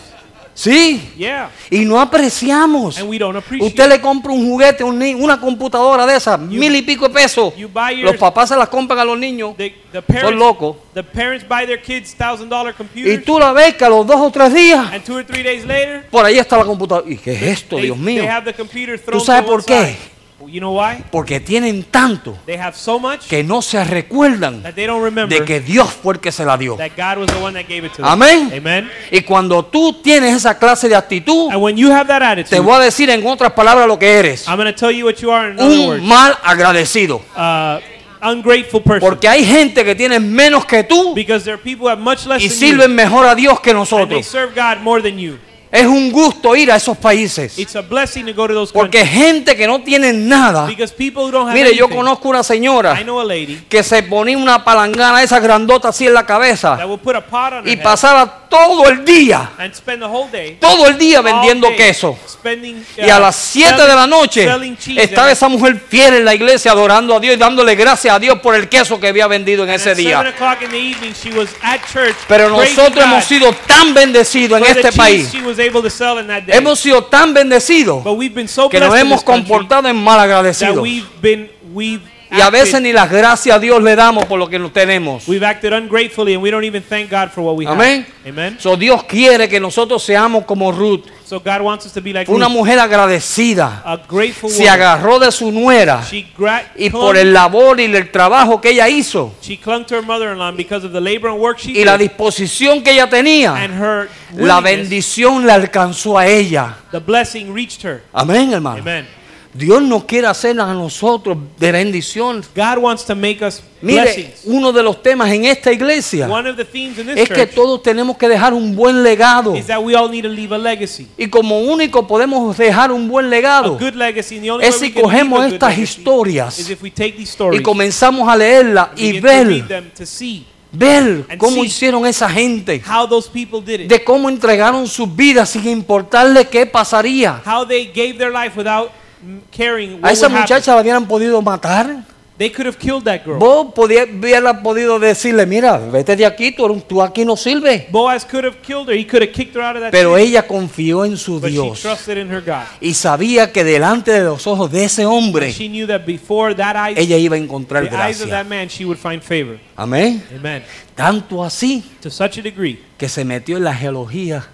C: Sí.
D: Yeah.
C: Y no apreciamos.
D: And we don't appreciate.
C: Usted le compra un juguete, un ni- una computadora de esas, mil y pico de pesos.
D: you buy your-
C: Los papás se las compran a los niños.
D: the, the parents,
C: locos.
D: The parents buy their kids thousand dollar
C: Y
D: computers,
C: tú la ves que a los dos o tres días,
D: and two or three days later,
C: por ahí está la computadora. ¿Y qué es esto,
D: they,
C: Dios
D: they
C: mío?
D: have the computer thrown.
C: sabes
D: to one
C: por qué?
D: side. Well, You know why?
C: Porque tienen tanto
D: They have so much
C: que no se recuerdan
D: that they don't remember
C: de que Dios fue el que se la dio.
D: that God was the one that gave it to them.
C: Amén.
D: Amen.
C: Y cuando tú tienes esa clase de actitud,
D: And when you have that
C: te
D: attitude,
C: voy a decir en otras palabras lo que eres.
D: I'm going to tell you what you are in other
C: Un
D: words.
C: mal agradecido.
D: Uh, ungrateful person.
C: Porque hay gente que tiene menos que tú
D: because there are people who have much less
C: y
D: than you.
C: sirven mejor a Dios que
D: And they
C: nosotros.
D: serve God more than you.
C: Es un gusto ir a esos países.
D: It's a blessing to go to those countries.
C: Porque gente que no tiene nada.
D: Because people who don't have
C: Mire, yo
D: anything-
C: conozco una
D: I
C: señora
D: know a lady
C: que se ponía una palangana esa grandota así en la
D: that
C: cabeza
D: will put a pot on her
C: Ah. y
D: head
C: pasaba todo el día,
D: and spend the whole day
C: todo el día
D: all
C: vendiendo
D: day
C: queso.
D: Spending, uh,
C: Y a las 7 de la
D: Ah, selling-
C: noche
D: selling cheese
C: estaba
D: and-
C: esa mujer fiel en la iglesia adorando a Dios y dándole gracias a Dios por el queso que había vendido en
D: and
C: ese
D: at seven
C: día.
D: o'clock in the evening she was at church
C: Pero
D: praising
C: nosotros hemos
D: God
C: sido tan bendecidos en
D: for the
C: este
D: cheese
C: país.
D: she was able to sell in that day.
C: Hemos sido tan bendecidos
D: But we've been so
C: que
D: blessed
C: nos
D: in
C: hemos
D: this country
C: comportado en mal
D: that
C: agradecidos.
D: we've been we've
C: Y a veces
D: acted,
C: ni las gracias a Dios le damos por lo que no tenemos.
D: we've acted ungratefully and we don't even thank God for what we
C: Amén.
D: have. Amen.
C: So, Dios quiere que nosotros seamos como Ruth,
D: So God wants us to be like
C: una
D: Ruth,
C: mujer agradecida.
D: a grateful
C: Se
D: woman.
C: agarró de su nuera
D: She gra-
C: y
D: clung-
C: por el labor y el trabajo que ella hizo
D: she clung to her mother-in-law because of the labor and work she
C: y la
D: did
C: disposición que ella
D: and
C: tenía,
D: her
C: la
D: willingness,
C: bendición la alcanzó a ella.
D: the blessing reached her.
C: Amén, hermano.
D: Amen.
C: Dios nos quiere hacer a nosotros de bendición.
D: God wants to make us
C: Mire,
D: blessings.
C: uno de los temas en esta iglesia
D: One of the themes in this
C: es que
D: church
C: todos tenemos que dejar un buen legado.
D: is that we all need to leave a legacy.
C: Y como único podemos dejar un buen
D: A
C: legado
D: good legacy. And the only
C: es
D: way
C: si
D: we can leave
C: cogemos
D: a good
C: estas
D: legacy is
C: historias
D: if we take these
C: y
D: stories
C: comenzamos a leerlas
D: and
C: y
D: begin to read
C: ver,
D: them to see
C: ver
D: and
C: cómo
D: see
C: hicieron esa gente,
D: how those people did it.
C: de cómo entregaron sus vidas sin importarle qué pasaría.
D: how they gave their life without mm, caring
C: A
D: what
C: esa
D: would happen.
C: muchacha la hubieran podido matar.
D: They could have killed that girl.
C: Vos podías, hubieras podido decirle, mira, vete de aquí, tú, eres- tú aquí no sirves.
D: Boaz could have killed her. He could have kicked her out of that
C: Pero
D: city.
C: ella confió en su
D: but she
C: Dios
D: trusted in her God.
C: y sabía que delante de los ojos de ese hombre
D: She knew that before that eyes,
C: ella iba a
D: the
C: encontrar
D: eyes of
C: gracia.
D: that man, she would find favor.
C: Amén.
D: Amen.
C: Tanto así
D: To such a degree
C: que se metió en la geología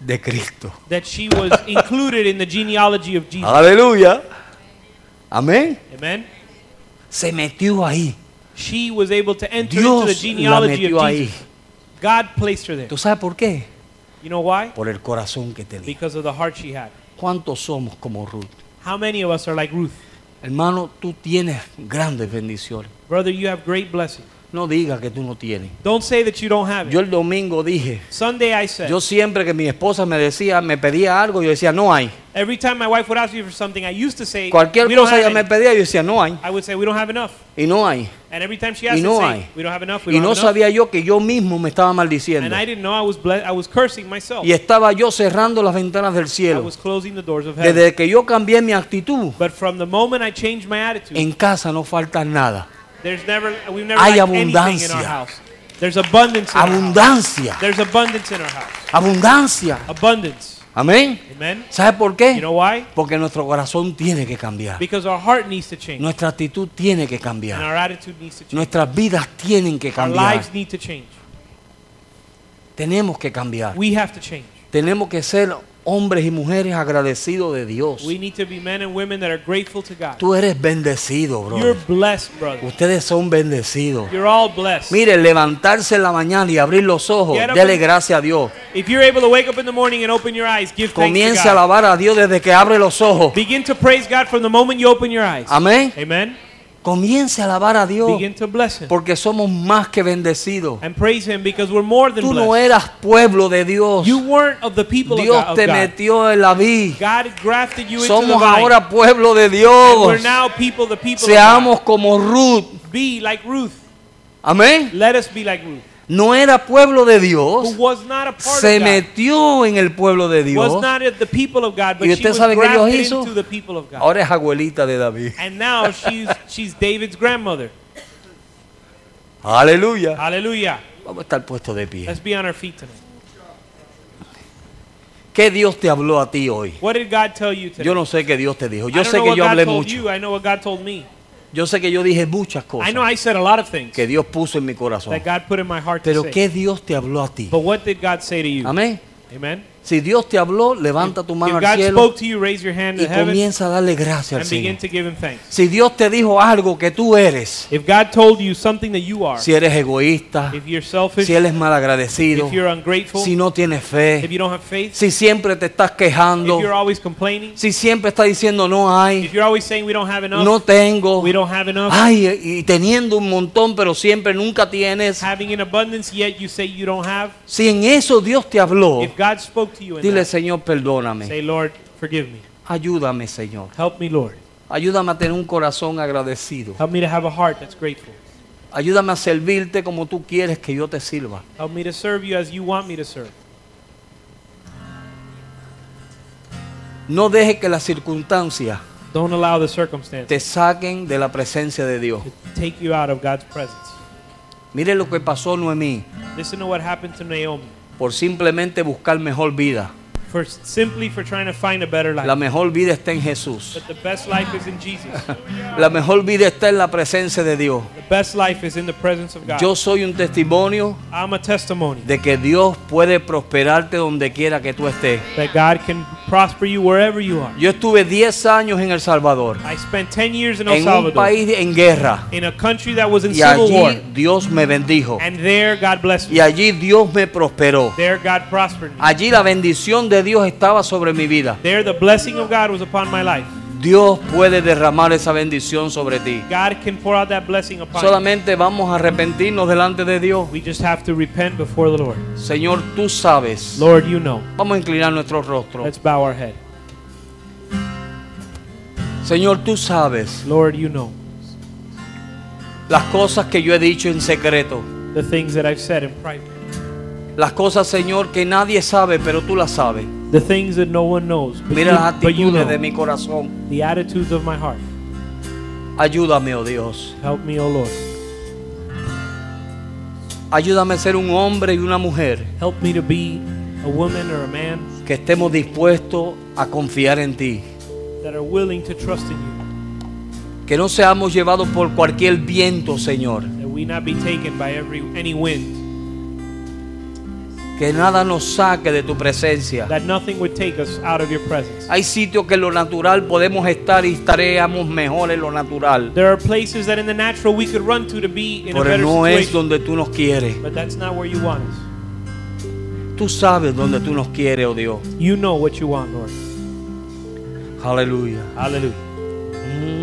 C: de Cristo.
D: that
C: (laughs)
D: she was included in the genealogy of Jesus.
C: Aleluya. Amén.
D: Amen.
C: Se metió ahí.
D: She was able to enter into the
C: Dios la
D: genealogy
C: metió
D: of
C: ahí.
D: Jesus. God placed her there.
C: ¿Tú sabes por qué?
D: You know why?
C: Por el corazón que tenía.
D: Because of the heart she had.
C: ¿Cuántos somos como Ruth?
D: How many of us are like Ruth?
C: Hermano, tú tienes grandes bendiciones.
D: Brother, you have great blessing.
C: No digas que tú no tienes.
D: Don't say that you don't have it.
C: Yo el domingo dije,
D: Sunday I said,
C: yo siempre que mi esposa me decía, me pedía algo, yo decía, no hay.
D: Every time my wife would ask me for something, I used to say,
C: Cualquier
D: we don't
C: cosa
D: have
C: ella me
D: any.
C: pedía, yo decía, no hay.
D: I would say, we don't have enough.
C: Y no hay.
D: And every time she
C: Y
D: asked,
C: no
D: I'd
C: hay.
D: say, we don't have enough, we
C: Y
D: don't
C: no
D: have enough.
C: sabía yo que yo mismo me estaba maldiciendo.
D: And I didn't know I was blessed. I was cursing myself.
C: Y estaba yo cerrando las ventanas del
D: I
C: cielo.
D: was closing the doors of heaven.
C: Desde que yo cambié mi actitud,
D: but from the moment I changed my attitude,
C: en casa no falta nada.
D: there's never we've never
C: Hay
D: lacked anything in our
C: abundancia.
D: house. There's abundance in our house.
C: Abundancia.
D: There's abundance in our house.
C: Abundancia.
D: Abundance.
C: Amén.
D: Amen.
C: ¿Sabes por
D: You
C: qué?
D: know why?
C: Porque nuestro corazón tiene que cambiar.
D: Because our heart needs to change.
C: Nuestra actitud tiene que
D: And
C: cambiar.
D: our attitude needs to change.
C: Nuestras vidas tienen que
D: Our
C: cambiar.
D: lives need to change.
C: Tenemos que cambiar.
D: We have to change.
C: Tenemos que ser hombres y mujeres agradecidos de Dios.
D: We need to be men and women that are grateful to God.
C: Tú eres bendecido,
D: You're
C: bro.
D: blessed, brother.
C: Ustedes son bendecidos.
D: You're all blessed.
C: Mire, levantarse en la mañana y abrir los ojos,
D: Get up
C: dele
D: and-
C: gracias a Dios.
D: If you're able to wake up in the morning and open your eyes, give thanks to
C: Comience a
D: God.
C: alabar a Dios desde que abre los ojos.
D: Begin to praise God from the moment you open your eyes.
C: Amén.
D: Amen.
C: Comience a alabar a Dios
D: Begin to bless Him
C: porque somos más que bendecidos.
D: and praise Him because we're more than
C: Tú no
D: blessed.
C: eras pueblo de Dios.
D: You weren't of the people of
C: Dios
D: God.
C: te
D: of God.
C: metió en la vid.
D: God grafted you into the
C: Somos
D: vine.
C: ahora pueblo de
D: And we're
C: Dios.
D: now people, the people
C: Seamos
D: of
C: como Ruth.
D: God. Be like Ruth.
C: Amén.
D: Let us be like Ruth,
C: No era pueblo de Dios.
D: who was not a part
C: Se
D: of God.
C: metió en el pueblo de
D: was
C: Dios.
D: not of the people of God, but
C: ¿Y
D: she
C: usted
D: was
C: sabe qué Dios
D: grafted
C: hizo?
D: into the people of God.
C: Ahora es abuelita de David.
D: And now she's she's David's grandmother.
C: Aleluya.
D: Hallelujah.
C: Vamos a estar puestos de pie.
D: Let's be on our feet tonight.
C: ¿Qué Dios te habló a ti hoy?
D: What did God tell you today?
C: Yo no sé qué Dios te dijo.
D: I
C: Yo
D: don't
C: sé
D: know
C: que
D: what
C: yo
D: God
C: hablé
D: told
C: mucho.
D: you. I know what God told me.
C: Yo sé que yo dije muchas
D: I know
C: cosas
D: I said a lot of things
C: que Dios puso en mi corazón.
D: that God put in my heart to
C: Pero
D: say.
C: ¿qué Dios te habló a ti?
D: But what did God say to you?
C: Amén.
D: Amen.
C: Si Dios te habló, levanta tu mano
D: If
C: al
D: God
C: cielo
D: spoke to you, raise your hand
C: y
D: to heaven
C: comienza a darle gracias al
D: and begin
C: Señor.
D: to give Him thanks.
C: Si Dios te dijo algo que tú eres,
D: If God told you something that you are,
C: si eres egoísta,
D: if you're selfish,
C: si eres malagradecido,
D: if you're ungrateful,
C: si no tienes
D: if
C: fe,
D: you don't have faith,
C: si siempre te estás
D: if you're
C: quejando,
D: always complaining,
C: si siempre estás diciendo no
D: if
C: hay,
D: you're always saying we don't have enough,
C: no Ah, tengo,
D: we don't have enough,
C: ay, y teniendo un montón, pero siempre nunca tienes.
D: having in abundance yet you say you don't have
C: Si en eso Dios te habló,
D: if god spoke to you in
C: dile
D: that,
C: Señor, perdóname,
D: say lord forgive me
C: ayúdame Señor,
D: help me lord
C: ayúdame a tener un corazón agradecido,
D: help me to have a heart that's grateful
C: ayúdame a servirte como tú quieres que yo te sirva.
D: help me to serve you as you want me to serve
C: No dejes que las circunstancias
D: don't allow the circumstance
C: te saquen de la presencia de Dios.
D: to take you out of god's presence
C: Mire lo que pasó Noemí
D: listen to what happened to naomi
C: por simplemente buscar mejor vida.
D: for simply for trying to find a better
C: La
D: life.
C: mejor vida está en Jesús.
D: But the best life is in Jesus. The
C: La mejor vida está en la presencia de Dios.
D: best life is in the presence of God.
C: Yo soy un testimonio
D: I'm a testimony
C: de que Dios puede prosperarte donde quiera que tú estés.
D: that God can prosper you wherever you are.
C: Yo estuve 10 años en El Salvador,
D: I spent 10 years in El
C: en un
D: Salvador,
C: país en guerra,
D: in a country that was in
C: y
D: civil war.
C: allí Dios me bendijo,
D: And there God blessed
C: y
D: me.
C: allí Dios me prosperó.
D: There God prospered me.
C: Allí la bendición de Dios estaba sobre mi vida.
D: There the blessing of God was upon my life.
C: Dios puede derramar esa bendición sobre ti.
D: God can pour out that blessing upon you.
C: Solamente vamos a arrepentirnos delante de Dios.
D: We just have to repent before the Lord.
C: Señor, tú sabes.
D: Lord, you know.
C: Vamos a inclinar nuestro rostro.
D: Let's bow our head.
C: Señor, tú sabes
D: Lord, you know
C: las cosas que yo he dicho en secreto.
D: the things that I've said in private,
C: Las cosas, Señor, que nadie sabe, pero tú las sabes.
D: the things that no one knows. But,
C: Mira las
D: you, but you
C: actitudes de
D: know
C: mi corazón.
D: the attitudes of my heart.
C: Ayúdame, oh Dios.
D: Help me, O Lord.
C: Ayúdame a ser un hombre y una mujer
D: Help me to be a woman or a man
C: que estemos dispuestos a confiar en ti.
D: that are willing to trust in you,
C: Que no seamos llevados por cualquier viento, Señor.
D: that we not be taken by every any wind,
C: Que nada nos saque de tu presencia.
D: that nothing would take us out of your presence.
C: Hay sitios que en lo natural podemos estar y estaríamos mejor en lo natural.
D: There are places that in the natural we could run to to be in a
C: Pero
D: better
C: no es
D: situation,
C: donde tú nos quieres.
D: but that's not where you want us.
C: Tú sabes donde tú nos quieres, oh Dios.
D: You know what you want, Lord.
C: Aleluya.
D: Hallelujah.
C: Mm.